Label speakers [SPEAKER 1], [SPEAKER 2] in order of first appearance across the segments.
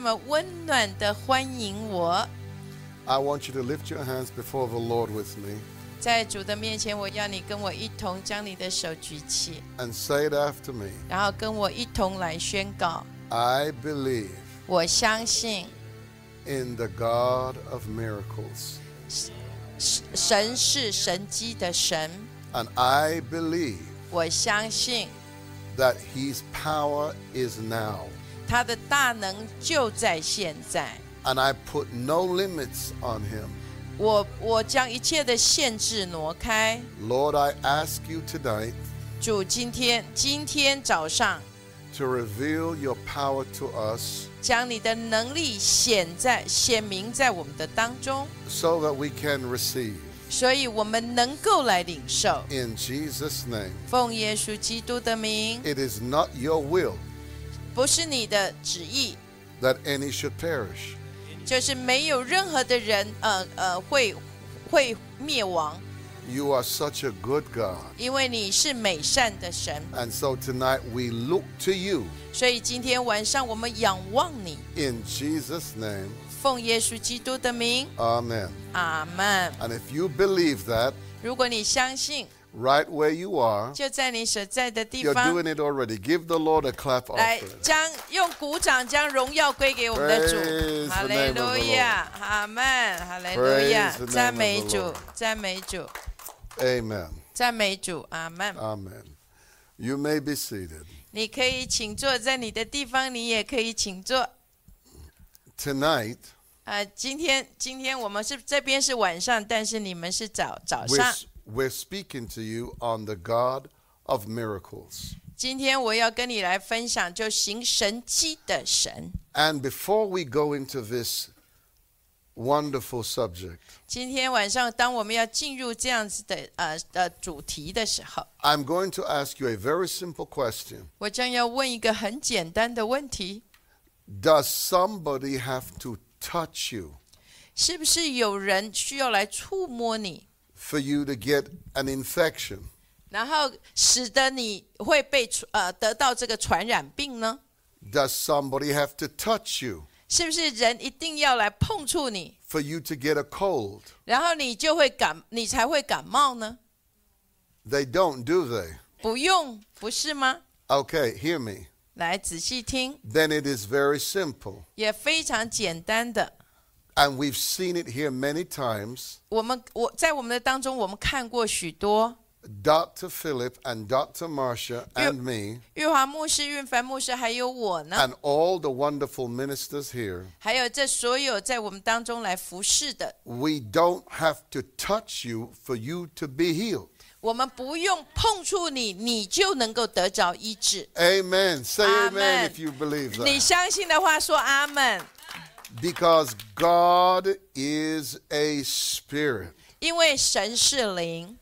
[SPEAKER 1] 么温暖的欢迎我。
[SPEAKER 2] I want you to lift your hands before the Lord with me
[SPEAKER 1] 在主的面前，我要你跟我一同将你的手举起，
[SPEAKER 2] and say it after me.
[SPEAKER 1] 然后跟我一同来宣告：
[SPEAKER 2] I believe
[SPEAKER 1] 我相信
[SPEAKER 2] in the God of miracles,
[SPEAKER 1] 神是神机的神，
[SPEAKER 2] and I believe
[SPEAKER 1] 我相信
[SPEAKER 2] that His power is now.
[SPEAKER 1] 他的大能就在现在。
[SPEAKER 2] And I put no limits on Him.
[SPEAKER 1] 我我将一切的限制挪开。
[SPEAKER 2] Lord, I ask you tonight
[SPEAKER 1] 主，今天今天早上
[SPEAKER 2] to reveal your power to us
[SPEAKER 1] 将你的能力显在显明在我们的当中，
[SPEAKER 2] so that we can receive.
[SPEAKER 1] 所以我们能够来领受。
[SPEAKER 2] In Jesus' name.
[SPEAKER 1] 奉耶稣基督的名，
[SPEAKER 2] It is not your will
[SPEAKER 1] 不是你的旨意，
[SPEAKER 2] that any should perish,
[SPEAKER 1] 就是没有任何的人，呃呃，会会灭亡，
[SPEAKER 2] You are such a good God.
[SPEAKER 1] 因为你是美善的神。
[SPEAKER 2] And so tonight we look to you
[SPEAKER 1] 所以今天晚上我们仰望你，
[SPEAKER 2] in Jesus' name.
[SPEAKER 1] 奉耶稣基督的名，
[SPEAKER 2] Amen.
[SPEAKER 1] 阿门。
[SPEAKER 2] And if you believe that,
[SPEAKER 1] 如果你相信，
[SPEAKER 2] right where you are,
[SPEAKER 1] 就在你所在的地
[SPEAKER 2] you're
[SPEAKER 1] 方
[SPEAKER 2] doing it already. Give the Lord a clap
[SPEAKER 1] 来
[SPEAKER 2] offering.
[SPEAKER 1] 将用鼓掌将荣耀归给我们的
[SPEAKER 2] Praise
[SPEAKER 1] 主，
[SPEAKER 2] the
[SPEAKER 1] 哈利
[SPEAKER 2] name of the
[SPEAKER 1] 路
[SPEAKER 2] Lord.
[SPEAKER 1] 亚，阿门，哈利路亚
[SPEAKER 2] Praise the name of，the
[SPEAKER 1] 赞美主
[SPEAKER 2] Lord.，
[SPEAKER 1] 赞美主，
[SPEAKER 2] Amen.
[SPEAKER 1] 赞美主，阿门。
[SPEAKER 2] Amen. You may be seated.
[SPEAKER 1] 你可以请坐，在你的地方，你也可以请坐。
[SPEAKER 2] Tonight,
[SPEAKER 1] 呃，今天今天我们是这边是晚上，但是你们是早早
[SPEAKER 2] we're,
[SPEAKER 1] 上。
[SPEAKER 2] s- we're speaking to you on the God of miracles.
[SPEAKER 1] 今天我要跟你来分享，就行神迹的神。
[SPEAKER 2] And before we go into this wonderful subject,
[SPEAKER 1] 今天晚上，当我们要进入这样子的呃呃主题的时候，
[SPEAKER 2] I'm going to ask you a very simple question.
[SPEAKER 1] 我将要问一个很简单的问题：
[SPEAKER 2] Does somebody have to touch you
[SPEAKER 1] 是不是有人需要来触摸你，
[SPEAKER 2] for you to get an infection?
[SPEAKER 1] 然后使得你会被传呃得到这个传染病呢？
[SPEAKER 2] Does somebody have to touch you
[SPEAKER 1] 是不是人一定要来碰触你，
[SPEAKER 2] for you to get a cold?
[SPEAKER 1] 然后你就会感，你才会感冒呢？
[SPEAKER 2] They don't, do they?
[SPEAKER 1] 不用，不是吗？
[SPEAKER 2] Okay, hear me.
[SPEAKER 1] 来仔细听，
[SPEAKER 2] Then it is very simple.
[SPEAKER 1] 也非常简单的。
[SPEAKER 2] And we've seen it here many times.
[SPEAKER 1] 我们我在我们的当中，我们看过许多
[SPEAKER 2] Dr. Philip and Dr. Marcia and me
[SPEAKER 1] 月华牧师、运凡牧师，还有我呢，
[SPEAKER 2] and all the wonderful ministers here,
[SPEAKER 1] 还有这所有在我们当中来服侍的，
[SPEAKER 2] we don't have to touch you for you to be healed.
[SPEAKER 1] 我们不用碰触你，你就能够得着医治。
[SPEAKER 2] Amen. Say amen,
[SPEAKER 1] Amen.
[SPEAKER 2] if you believe
[SPEAKER 1] 你
[SPEAKER 2] that.
[SPEAKER 1] 相信的话，说阿门。
[SPEAKER 2] Because God is a spirit
[SPEAKER 1] 因为神是灵，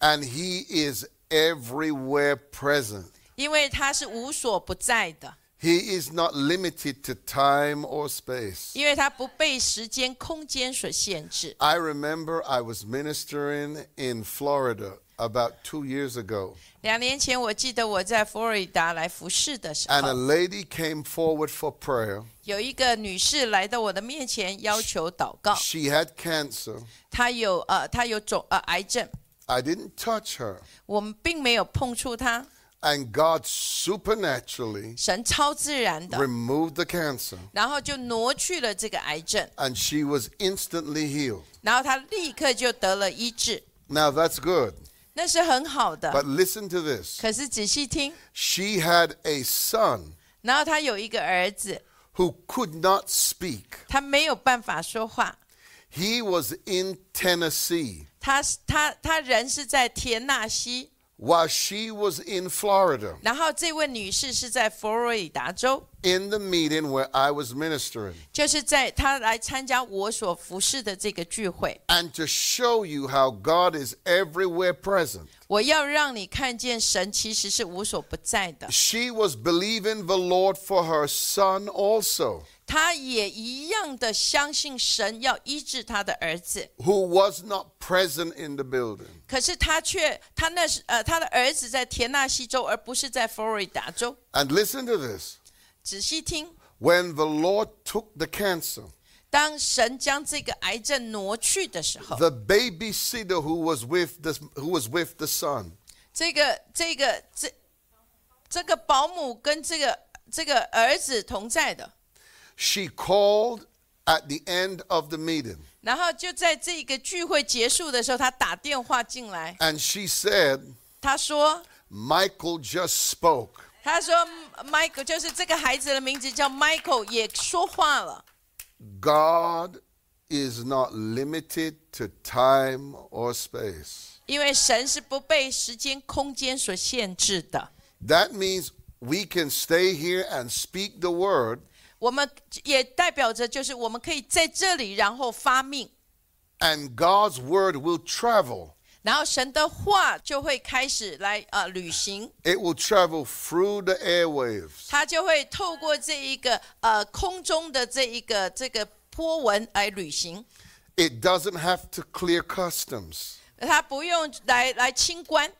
[SPEAKER 2] and he is everywhere present.
[SPEAKER 1] 因为他是无所不在的，
[SPEAKER 2] He is not limited to time or space.
[SPEAKER 1] 因为他不被时间、空间所限制。
[SPEAKER 2] I remember I was ministering in Florida about two years ago,
[SPEAKER 1] 两年前，我记得我在佛罗里达来服侍的时
[SPEAKER 2] and
[SPEAKER 1] 候，
[SPEAKER 2] a lady came forward for prayer.
[SPEAKER 1] 有一个女士来到我的面前，要求祷告。
[SPEAKER 2] She had cancer.
[SPEAKER 1] 她有呃，她有肿呃癌症，
[SPEAKER 2] I didn't touch her,
[SPEAKER 1] 我们并没有碰触她，
[SPEAKER 2] and God supernaturally
[SPEAKER 1] 神超自然的，
[SPEAKER 2] removed the cancer,
[SPEAKER 1] 然后就挪去了这个癌症，
[SPEAKER 2] and she was instantly healed.
[SPEAKER 1] 然后她立刻就得了医治，
[SPEAKER 2] Now that's good,
[SPEAKER 1] 那是很好的。
[SPEAKER 2] but listen to this.
[SPEAKER 1] 可是仔细听，
[SPEAKER 2] She had a son
[SPEAKER 1] 然后她有一个儿子，
[SPEAKER 2] who could not speak.
[SPEAKER 1] 他没有办法说话，
[SPEAKER 2] He was in Tennessee
[SPEAKER 1] 他是他他人是在田纳西，
[SPEAKER 2] while she was in Florida.
[SPEAKER 1] 然后这位女士是在佛罗里达州。
[SPEAKER 2] in the meeting where I was ministering.
[SPEAKER 1] 就是在他来参加我所服侍的这个聚会，
[SPEAKER 2] And to show you how God is everywhere present,
[SPEAKER 1] 我要让你看见神其实是无所不在的，
[SPEAKER 2] she was believing the Lord for her son also,
[SPEAKER 1] 他也一样的相信神要医治他的儿子，
[SPEAKER 2] who was not present in the building.
[SPEAKER 1] 可是他却他那是呃他的儿子在田纳西州，而不是在佛罗里达州。
[SPEAKER 2] And listen to this
[SPEAKER 1] 仔细听，
[SPEAKER 2] When the Lord took the cancer,
[SPEAKER 1] 当神将这个癌症挪去的时候，
[SPEAKER 2] the babysitter who was with the, who was with the son,
[SPEAKER 1] 这个这个这这个保姆跟这个这个儿子同在的，
[SPEAKER 2] she called at the end of the meeting
[SPEAKER 1] 然后就在这个聚会结束的时候，他打电话进来，
[SPEAKER 2] and she said,
[SPEAKER 1] 他说
[SPEAKER 2] Michael just spoke.
[SPEAKER 1] 他说 Michael 就是这个孩子的名字叫 Michael 也说话了。
[SPEAKER 2] God is not limited to time or space.
[SPEAKER 1] 因为神是不被时间、空间所限制的。
[SPEAKER 2] That means we can stay here and speak the word
[SPEAKER 1] 我们也代表着，就是我们可以在这里，然后发命，
[SPEAKER 2] and God's word will travel.
[SPEAKER 1] 然后神的话就会开始来呃旅行，
[SPEAKER 2] It will travel through the airwaves.
[SPEAKER 1] 它就会透过这一个呃空中的这一个这个波纹来旅行，
[SPEAKER 2] It doesn't have to clear customs.
[SPEAKER 1] 它不用来来清关，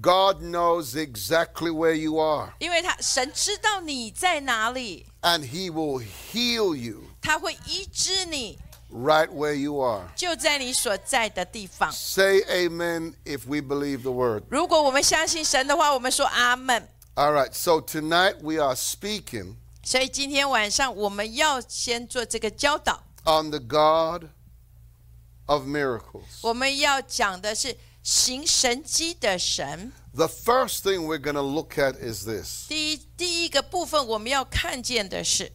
[SPEAKER 2] God knows exactly where you are
[SPEAKER 1] 因为它神知道你在哪里，
[SPEAKER 2] and he will heal you
[SPEAKER 1] 他会医治你，
[SPEAKER 2] right where you are.
[SPEAKER 1] 就在你所在的地方。
[SPEAKER 2] Say amen if we believe the word.
[SPEAKER 1] 如果我们相信神的话，我们说阿门。
[SPEAKER 2] All right, so tonight we are speaking
[SPEAKER 1] 所以今天晚上我们要先做这个教导，
[SPEAKER 2] on the God of miracles.
[SPEAKER 1] 我们要讲的是行神迹的神。
[SPEAKER 2] The first thing we're going to look at is this.
[SPEAKER 1] 第一第一个部分我们要看见的是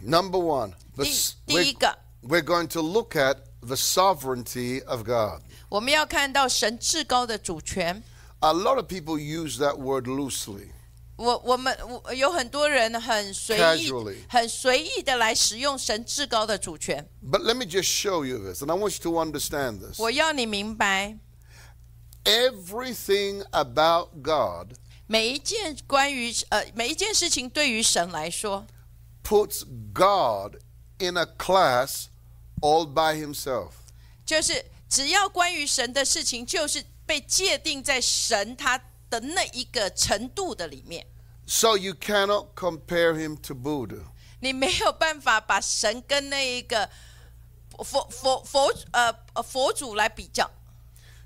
[SPEAKER 2] Number one, the,
[SPEAKER 1] 第
[SPEAKER 2] s-
[SPEAKER 1] 第
[SPEAKER 2] we're,
[SPEAKER 1] 一个，
[SPEAKER 2] we're going to look at the sovereignty of God.
[SPEAKER 1] 我们要看到神至高的主权。
[SPEAKER 2] A lot of people use that word loosely.
[SPEAKER 1] 我我们我有很多人很随意
[SPEAKER 2] Casually
[SPEAKER 1] 很随意的来使用神至高的主权。
[SPEAKER 2] But let me just show you this, and I want you to understand this.
[SPEAKER 1] 我要你明白，
[SPEAKER 2] Everything about God
[SPEAKER 1] 每一件关于呃每一件事情对于神来说，
[SPEAKER 2] puts God in a class all by himself.
[SPEAKER 1] 就是只要关于神的事情，就是被界定在神他的那一个程度的里面。
[SPEAKER 2] So you cannot compare him to Buddha.
[SPEAKER 1] 你没有办法把神跟那一个佛佛佛呃呃佛祖来比较，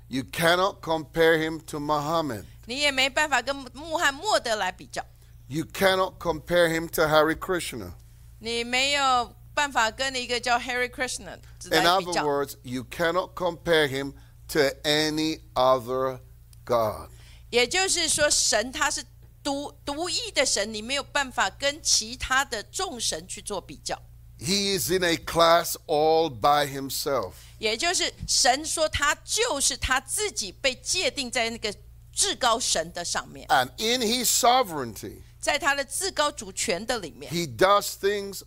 [SPEAKER 2] You cannot compare him to Muhammad.
[SPEAKER 1] 你也没办法跟穆罕默德来比较，
[SPEAKER 2] You cannot compare him to Hare Krishna.
[SPEAKER 1] 你没有办法跟一个叫 Harry Krishna
[SPEAKER 2] In
[SPEAKER 1] 来比
[SPEAKER 2] other
[SPEAKER 1] 较。
[SPEAKER 2] words, you cannot compare him to any other God.
[SPEAKER 1] 也就是说，神他是独独一的神，你没有办法跟其他的众神去做比较。
[SPEAKER 2] He is in a class all by himself.
[SPEAKER 1] 也就是神说他就是他自己被界定在那个至高神的上面，
[SPEAKER 2] And in his sovereignty,
[SPEAKER 1] 在他的至高主权的里面，
[SPEAKER 2] he does things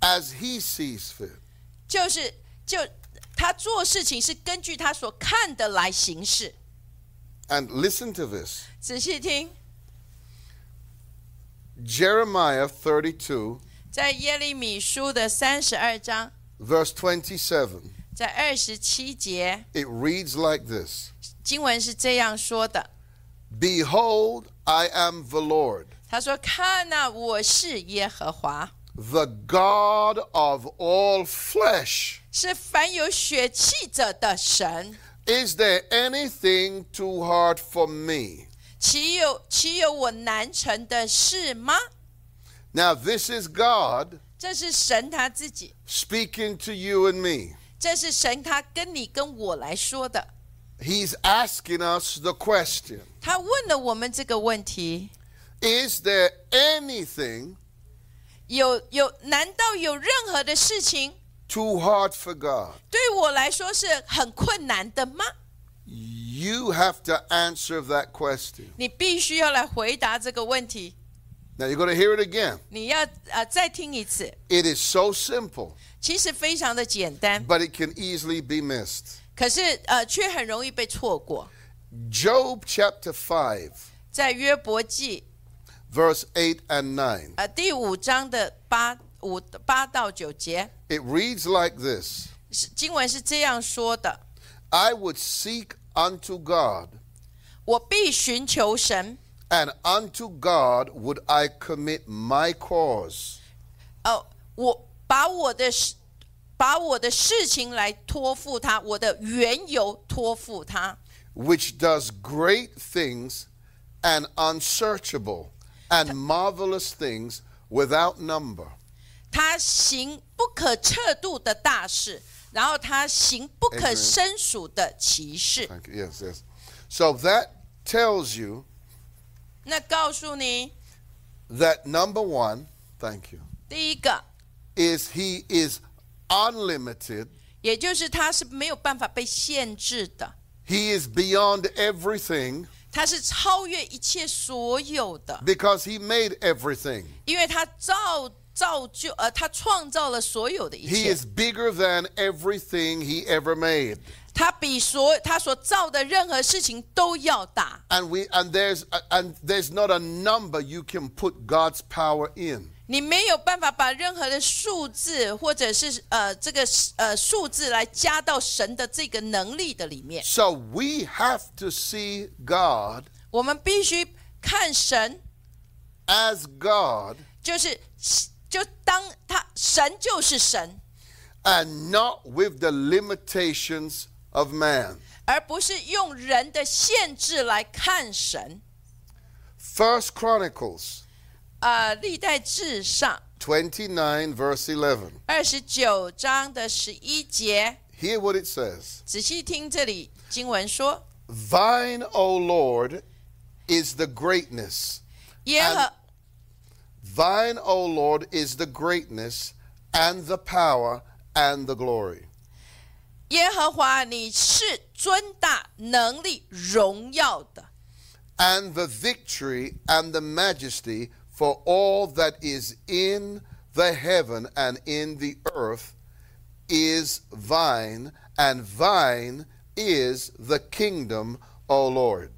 [SPEAKER 2] as he sees fit.
[SPEAKER 1] 就是就他做事情是根据他所看的来行事。
[SPEAKER 2] And listen to this
[SPEAKER 1] 仔细听，
[SPEAKER 2] Jeremiah 32,
[SPEAKER 1] 在耶利米书的三十二章，
[SPEAKER 2] verse 27.
[SPEAKER 1] 在二十七节，
[SPEAKER 2] It reads like this.
[SPEAKER 1] 经文是这样说的：
[SPEAKER 2] Behold, I am the Lord,
[SPEAKER 1] 他说：“看呐、我是耶和华，
[SPEAKER 2] the God of all flesh.
[SPEAKER 1] 是凡有血气者的神。”
[SPEAKER 2] Is there anything too hard for me?
[SPEAKER 1] 岂有岂有我难成的事吗？
[SPEAKER 2] Now, this is God
[SPEAKER 1] 这是神他自己，
[SPEAKER 2] speaking to you and me.
[SPEAKER 1] 这是神他跟你跟我来说的。
[SPEAKER 2] He's asking us the question
[SPEAKER 1] 他问了我们这个问题：
[SPEAKER 2] Is there anything
[SPEAKER 1] 有有难道有任何的事情
[SPEAKER 2] too hard for God?
[SPEAKER 1] 对我来说是很困难的吗？
[SPEAKER 2] You have to answer that question.
[SPEAKER 1] 你必须要来回答这个问题。
[SPEAKER 2] Now, you're going to hear it again.
[SPEAKER 1] 你要呃再听一次，
[SPEAKER 2] It is so simple,
[SPEAKER 1] 其实非常的简单，
[SPEAKER 2] but it can easily be missed.
[SPEAKER 1] 可是呃却很容易被错过。
[SPEAKER 2] Job chapter 5.
[SPEAKER 1] 在约伯记
[SPEAKER 2] verse 8 and 9.
[SPEAKER 1] 呃第五章的八五八到九节，
[SPEAKER 2] It reads like this
[SPEAKER 1] 是经文是这样说的：
[SPEAKER 2] I would seek unto God,
[SPEAKER 1] 我必寻求神，
[SPEAKER 2] And unto God would I commit my cause.
[SPEAKER 1] 哦，我把我的事，把我的事情来托付他，我的缘由托付他，
[SPEAKER 2] which does great things and unsearchable and marvelous things without number.
[SPEAKER 1] 他行不可测度的大事，然后他行不可
[SPEAKER 2] Adrian
[SPEAKER 1] 申数的奇事。
[SPEAKER 2] Thank you. Yes, yes. So that tells you
[SPEAKER 1] 那告诉你，
[SPEAKER 2] that number one, thank you,
[SPEAKER 1] 第一个，
[SPEAKER 2] is he is unlimited.
[SPEAKER 1] 也就是他是没有办法被限制的，
[SPEAKER 2] He is beyond everything
[SPEAKER 1] 他是超越一切所有的，
[SPEAKER 2] because he made everything.
[SPEAKER 1] 因为他造造就呃，他创造了所有的一
[SPEAKER 2] He
[SPEAKER 1] 切
[SPEAKER 2] is，bigger than everything he ever made.
[SPEAKER 1] 他比所他所造的任何事情都要大。
[SPEAKER 2] And we and there's and there's not a number you can put God's power in.
[SPEAKER 1] 你没有办法把任何的数字或者是呃这个呃数字来加到神的这个能力的里面。
[SPEAKER 2] So we have to see God
[SPEAKER 1] 我们必须看神，
[SPEAKER 2] as God
[SPEAKER 1] 就是就当他神就是神，
[SPEAKER 2] and not with the limitations of man.
[SPEAKER 1] 而不是用人的限制来看神。
[SPEAKER 2] First Chronicles
[SPEAKER 1] 呃，历代至上
[SPEAKER 2] 29 verse 11.
[SPEAKER 1] 二十九章的十一节，
[SPEAKER 2] Hear what it says.
[SPEAKER 1] 仔细听这里经文说：
[SPEAKER 2] Thine, O Lord, is the greatness.
[SPEAKER 1] 耶和
[SPEAKER 2] Thine, O Lord, is the greatness and the power and the glory.
[SPEAKER 1] 耶和华，你是尊大能力荣耀的。
[SPEAKER 2] and the victory and the majesty for all that is in the heaven and in the earth is thine, and thine is the kingdom, O Lord.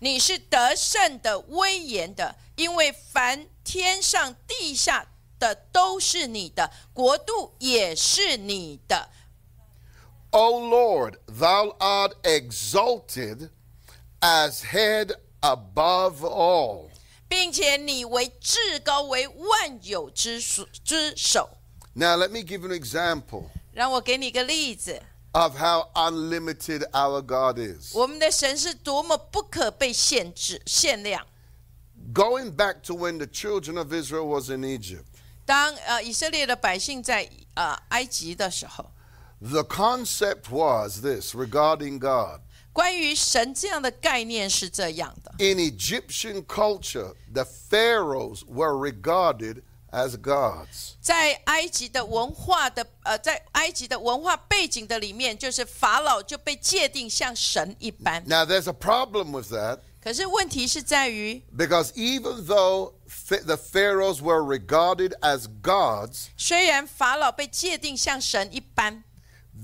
[SPEAKER 1] 你是得胜的威严的，因为凡天上地下的都是你的，国度也是你的。
[SPEAKER 2] O Lord, thou art exalted as head above all.
[SPEAKER 1] 并且你为至高，为万有之首之首。
[SPEAKER 2] Now, let me give you an example
[SPEAKER 1] 让我给你一个例子，
[SPEAKER 2] of how unlimited our God is.
[SPEAKER 1] 我们的神是多么不可被限制、限量。
[SPEAKER 2] Going back to when the children of Israel was in Egypt,
[SPEAKER 1] 当呃以色列的百姓在呃埃及的时候，
[SPEAKER 2] The concept was this regarding God.
[SPEAKER 1] 关于神这样的概念是这样的：
[SPEAKER 2] In Egyptian culture, the pharaohs were regarded as gods.
[SPEAKER 1] 在埃及的文化的呃，在埃及的文化背景的里面，就是法老就被界定像神一般。
[SPEAKER 2] Now, there's a problem with that
[SPEAKER 1] 可是问题是在于，
[SPEAKER 2] because even though ph- the pharaohs were regarded as gods,
[SPEAKER 1] 虽然法老被界定像神一般，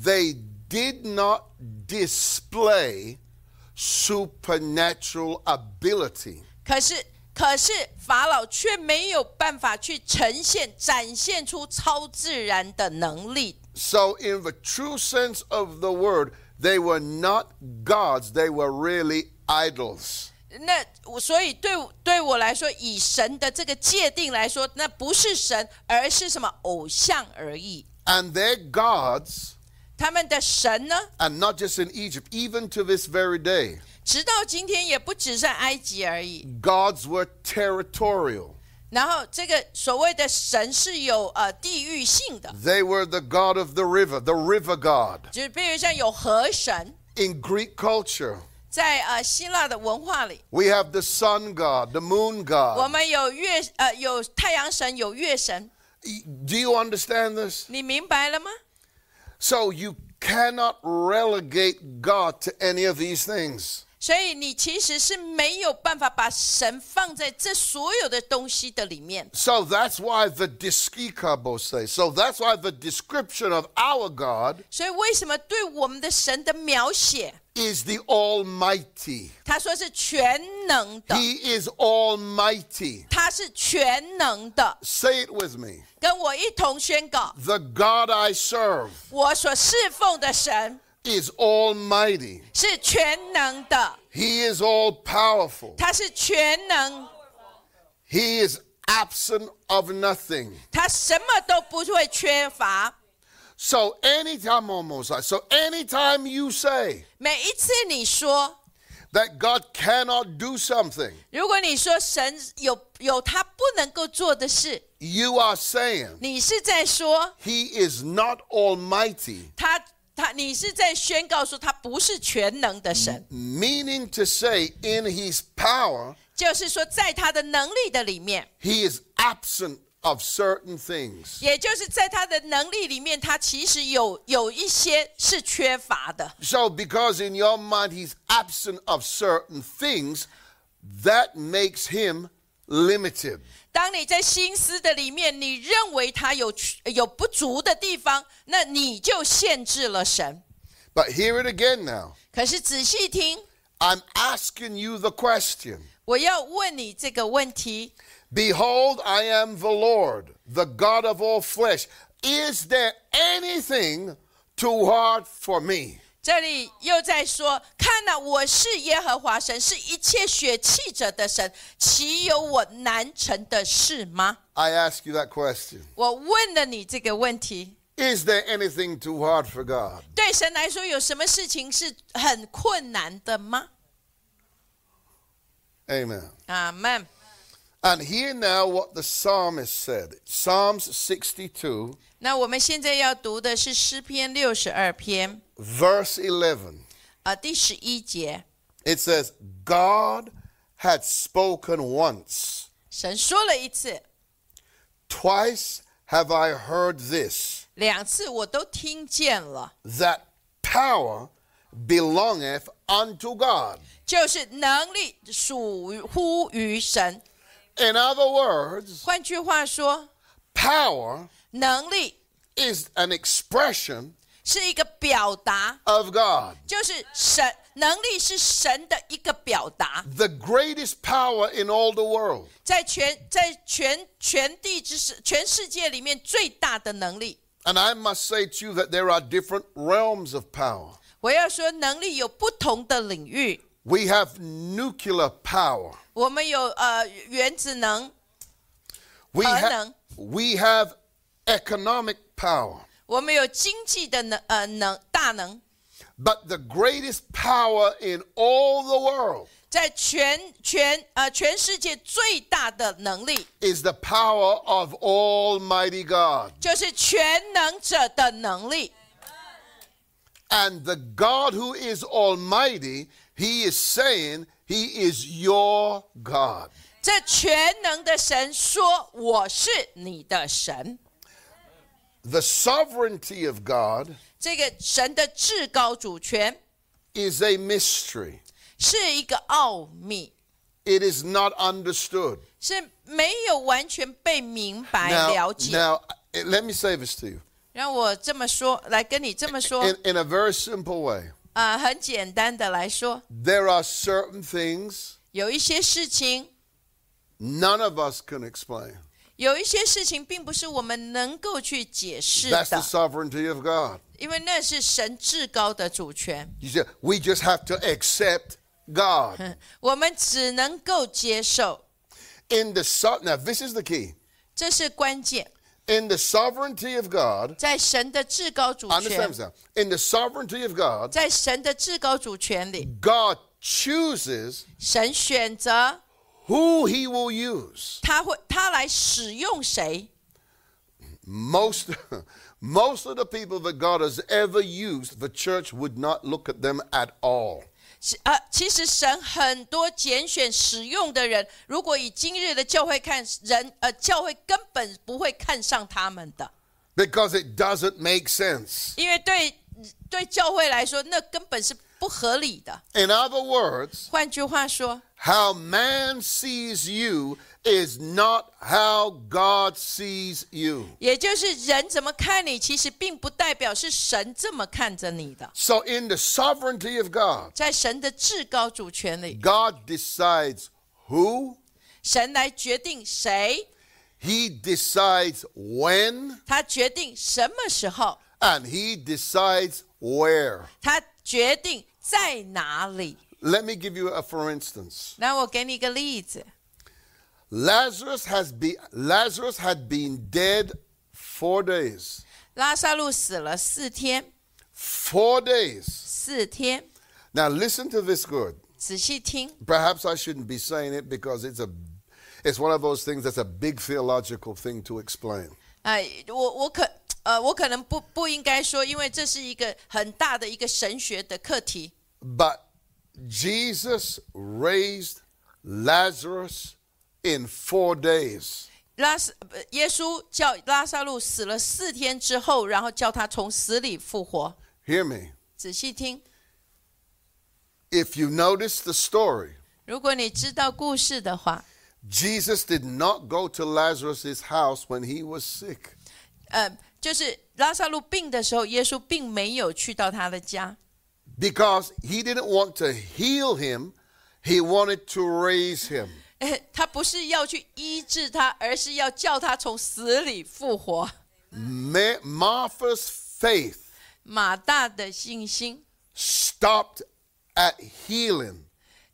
[SPEAKER 2] they did not display supernatural ability.
[SPEAKER 1] 可是可是法老却没有办法去呈现、展现出超自然的能力。
[SPEAKER 2] So, in the true sense of the word, they were not gods, they were really idols.
[SPEAKER 1] 那我所以对对我来说，以神的这个界定来说，那不是神，而是什么偶像而已。
[SPEAKER 2] and their gods,
[SPEAKER 1] 他们的神呢？
[SPEAKER 2] and not just in Egypt, even to this very day,
[SPEAKER 1] 直到今天也不只是埃及而已。
[SPEAKER 2] gods were territorial.
[SPEAKER 1] 然后这个所谓的神是有呃地域性的，
[SPEAKER 2] They were the god of the river, the river god.
[SPEAKER 1] 就是比如像有河神，
[SPEAKER 2] In Greek culture,
[SPEAKER 1] 在呃希腊的文化里，
[SPEAKER 2] we have the sun god, the moon
[SPEAKER 1] 我
[SPEAKER 2] god.
[SPEAKER 1] 们有月呃有太阳神，有月神，
[SPEAKER 2] Do you understand this?
[SPEAKER 1] 你明白了吗？
[SPEAKER 2] So you cannot relegate God to any of these things.
[SPEAKER 1] 所以你其实是没有办法把神放在这所有的东西的里面，
[SPEAKER 2] So that's why the diskikabo say. So that's why the description of our God
[SPEAKER 1] 所以为什么对我们的神的描写，
[SPEAKER 2] is the Almighty.
[SPEAKER 1] 他说是全能的，
[SPEAKER 2] He is Almighty.
[SPEAKER 1] 他是全能的，
[SPEAKER 2] Say it with me.
[SPEAKER 1] 跟我一同宣告。
[SPEAKER 2] The God I serve,
[SPEAKER 1] Amen. 我所侍奉的神
[SPEAKER 2] is almighty.
[SPEAKER 1] 是全能的，
[SPEAKER 2] He is all powerful.
[SPEAKER 1] 他是全能，
[SPEAKER 2] He is absent of nothing.
[SPEAKER 1] 他什么都不会缺乏。
[SPEAKER 2] So anytime almost like so anytime you say
[SPEAKER 1] 每一次你说，
[SPEAKER 2] that God cannot do something,
[SPEAKER 1] 如果你说神有有他不能够做的事，
[SPEAKER 2] you are saying
[SPEAKER 1] 你是在说
[SPEAKER 2] he is not almighty,
[SPEAKER 1] 他他，你是在宣告说他不是全能的
[SPEAKER 2] 嗯
[SPEAKER 1] 神，
[SPEAKER 2] meaning to say in his power
[SPEAKER 1] 就是说在他的能力的里面，
[SPEAKER 2] he is absent of certain things.
[SPEAKER 1] 也就是在他的能力里面，他其实有有一些是缺乏的。
[SPEAKER 2] So because in your mind he's absent of certain things, that makes him limited.
[SPEAKER 1] 当你在心思的里面，你认为他有缺有不足的地方，那你就限制了神。
[SPEAKER 2] But hear it again now.
[SPEAKER 1] 可是仔细听，
[SPEAKER 2] I'm asking you the question.
[SPEAKER 1] 我要问你这个问题：
[SPEAKER 2] Behold, I am the Lord, the God of all flesh. Is there anything too hard for me?
[SPEAKER 1] 这里又在说，看呐、我是耶和华神，是一切血气者的神，岂有我难成的事吗？
[SPEAKER 2] I ask you that question.
[SPEAKER 1] 我问了你这个问题，
[SPEAKER 2] Is there anything too hard for God?
[SPEAKER 1] 对神来说，有什么事情是很困难的吗？
[SPEAKER 2] Amen.
[SPEAKER 1] 阿门。
[SPEAKER 2] And hear now what the psalmist said Psalms 62,
[SPEAKER 1] 那我们现在要读的是诗篇六十二篇，
[SPEAKER 2] verse 11.
[SPEAKER 1] 呃，第十一节，
[SPEAKER 2] It says, God had spoken once,
[SPEAKER 1] 神说了一次，
[SPEAKER 2] twice have I heard this.
[SPEAKER 1] 两次我都听见了，
[SPEAKER 2] that power belongeth unto God.
[SPEAKER 1] 就是能力属于乎于神。
[SPEAKER 2] In other words,
[SPEAKER 1] 换句话说，
[SPEAKER 2] power
[SPEAKER 1] 能力
[SPEAKER 2] is an expression
[SPEAKER 1] 是一个表达，
[SPEAKER 2] of God.
[SPEAKER 1] 就是神能力是神的一个表达，
[SPEAKER 2] The greatest power in all the world
[SPEAKER 1] 在全在全全地之世全世界里面最大的能力。
[SPEAKER 2] And I must say to you that there are different realms of power.
[SPEAKER 1] 我要说，能力有不同的领域，
[SPEAKER 2] We have nuclear power.
[SPEAKER 1] 我们有呃原子能，
[SPEAKER 2] We,
[SPEAKER 1] Uh,
[SPEAKER 2] ha-
[SPEAKER 1] no.
[SPEAKER 2] we have economic power.
[SPEAKER 1] 我们有经济的能呃能大能，
[SPEAKER 2] But the greatest power in all the world
[SPEAKER 1] 在全全呃全世界最大的能力，
[SPEAKER 2] is the power of Almighty God.
[SPEAKER 1] 就是全能者的能力。
[SPEAKER 2] And the God who is almighty, he is saying he is your God.
[SPEAKER 1] 这全能的神说：“我是你的神。
[SPEAKER 2] The sovereignty of God ”
[SPEAKER 1] 这个神的至高主权
[SPEAKER 2] is a mystery.
[SPEAKER 1] 是一个奥秘，
[SPEAKER 2] It is not understood.
[SPEAKER 1] 是没有完全被明白
[SPEAKER 2] Now,
[SPEAKER 1] 了解。
[SPEAKER 2] now eh, let me say this to you
[SPEAKER 1] 让我这么说，来跟你这么说
[SPEAKER 2] in, in a very simple way.
[SPEAKER 1] 啊、很简单的来说，
[SPEAKER 2] There are certain things
[SPEAKER 1] 有一些事情，
[SPEAKER 2] none of us can explain.
[SPEAKER 1] 有一些事情并不是我们能够去解释
[SPEAKER 2] That's the
[SPEAKER 1] 的。
[SPEAKER 2] sovereignty of God.
[SPEAKER 1] 因为那是神至高的主权，
[SPEAKER 2] You see, we just have to accept God.
[SPEAKER 1] 嗯我们只能够接受，
[SPEAKER 2] In the so- now, this is the key.
[SPEAKER 1] 这是关键。
[SPEAKER 2] In the sovereignty of God,
[SPEAKER 1] 在神的至高主权，
[SPEAKER 2] Understand this now. In the sovereignty of God,
[SPEAKER 1] 在神的至高主权里，
[SPEAKER 2] God chooses
[SPEAKER 1] 神选择
[SPEAKER 2] who he will use.
[SPEAKER 1] 他会他来使用谁。
[SPEAKER 2] Most, most of the people that God has ever used, the church would not look at them at all.
[SPEAKER 1] 是呃，其实神很多拣选使用的人，如果以今日的教会看人，呃，教会根本不会看上他们的，
[SPEAKER 2] Because it doesn't make sense.
[SPEAKER 1] 因为对对教会来说，那根本是不合理的。
[SPEAKER 2] In other words,
[SPEAKER 1] 换句话说，
[SPEAKER 2] how man sees you is not how God sees you.
[SPEAKER 1] 也就是人怎么看你，其实并不代表是神这么看着你的。
[SPEAKER 2] So, in the sovereignty of God,
[SPEAKER 1] 在神的至高主权里，
[SPEAKER 2] God decides who,
[SPEAKER 1] 神来决定谁，
[SPEAKER 2] He decides when,
[SPEAKER 1] 他决定什么时候，
[SPEAKER 2] and he decides where.
[SPEAKER 1] 他决定在哪里。
[SPEAKER 2] Let me give you a for instance.
[SPEAKER 1] 那我给你一个例子，
[SPEAKER 2] Lazarus has be, Lazarus had been dead 4 days.
[SPEAKER 1] 拉萨路死了四天，
[SPEAKER 2] 4 days.
[SPEAKER 1] 四天，
[SPEAKER 2] Now listen to this good.
[SPEAKER 1] 仔细听，
[SPEAKER 2] Perhaps I shouldn't be saying it because it's a it's one of those things that's a big theological thing to explain.
[SPEAKER 1] 哎、我我可呃，我可能不不应该说，因为这是一个很大的一个神学的课题。
[SPEAKER 2] But Jesus raised Lazarus in 4 days.
[SPEAKER 1] 拉斯呃耶稣叫拉萨路死了四天之后，然后叫他从死里复活。
[SPEAKER 2] Hear me.
[SPEAKER 1] 仔细听，
[SPEAKER 2] If you notice the story,
[SPEAKER 1] 如果你知道故事的话，
[SPEAKER 2] Jesus did not go to Lazarus' house when he was sick.
[SPEAKER 1] 呃，就是拉萨路病的时候，耶稣并没有去到他的家，
[SPEAKER 2] because he didn't want to heal him, he wanted to raise him.
[SPEAKER 1] 哎他不是要去医治他，而是要叫他从死里复活。
[SPEAKER 2] Ma- Martha's faith
[SPEAKER 1] 马大的信心，
[SPEAKER 2] stopped at healing.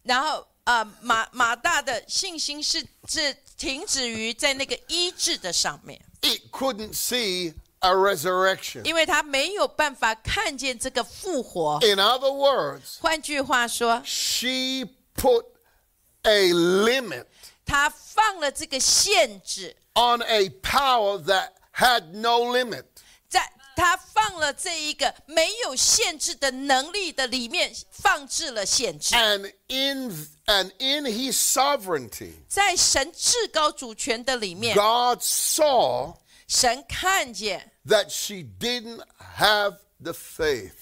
[SPEAKER 1] 然后啊、呃马马大的信心是是停止于在那个医治的上面，
[SPEAKER 2] It couldn't see a resurrection.
[SPEAKER 1] 因为他没有办法看见这个复活。
[SPEAKER 2] In other words,
[SPEAKER 1] 换句话说，
[SPEAKER 2] she put a limit
[SPEAKER 1] 他放了这个限制，
[SPEAKER 2] on a power that had no limit.
[SPEAKER 1] 在他放了这一个没有限制的能力的里面放置了限制，
[SPEAKER 2] And in and in his sovereignty,
[SPEAKER 1] 在神至高主权的里面，
[SPEAKER 2] God saw
[SPEAKER 1] 神看见，
[SPEAKER 2] that she didn't have the faith.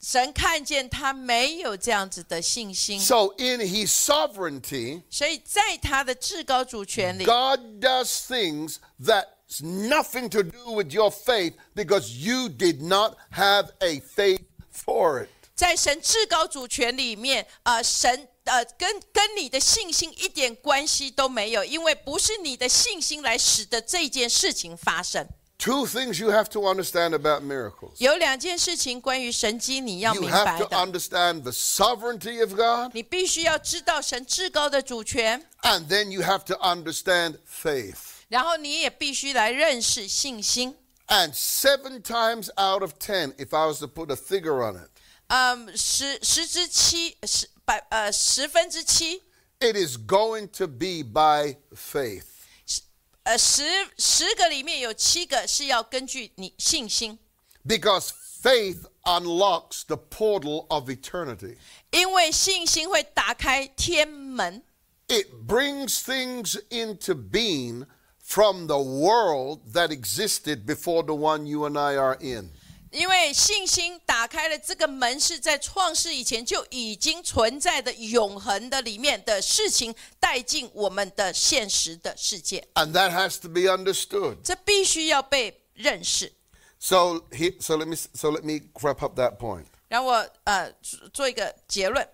[SPEAKER 1] 神看见他没有这样子的信心，
[SPEAKER 2] So, in his sovereignty,
[SPEAKER 1] 所以在他的至高主权里，
[SPEAKER 2] God does things that's nothing to do with your faith because you did not have a faith for it.
[SPEAKER 1] 在神至高主权里面，呃，神呃跟跟你的信心一点关系都没有，因为不是你的信心来使得这件事情发生。
[SPEAKER 2] Two things you have to understand about miracles
[SPEAKER 1] 有两件事情关于神机你要
[SPEAKER 2] you
[SPEAKER 1] 明白
[SPEAKER 2] have to
[SPEAKER 1] 的，
[SPEAKER 2] understand the sovereignty of God,
[SPEAKER 1] 你必须要知道神至高的主权，
[SPEAKER 2] and then you have to understand faith.
[SPEAKER 1] 然后你也必须来认识信心。
[SPEAKER 2] And seven times out of ten, if I was to put a figure on it,
[SPEAKER 1] 嗯，十十之七，十百呃十分之七，
[SPEAKER 2] it is going to be by faith.
[SPEAKER 1] 十呃十十个里面有七个是要根据你信心，
[SPEAKER 2] Because faith unlocks the portal of eternity.
[SPEAKER 1] 因为信心会打开天门，
[SPEAKER 2] It brings things into being from the world that existed before the one you and I are in.
[SPEAKER 1] 因为信心打开了这个门，是在创世以前就已经存在的永恒的里面的事情带进我们的现实的世界，
[SPEAKER 2] And that has to be understood.
[SPEAKER 1] 这必须要被认识。
[SPEAKER 2] So, he, so let me so let me wrap up that point.
[SPEAKER 1] 让我呃做做一个结论：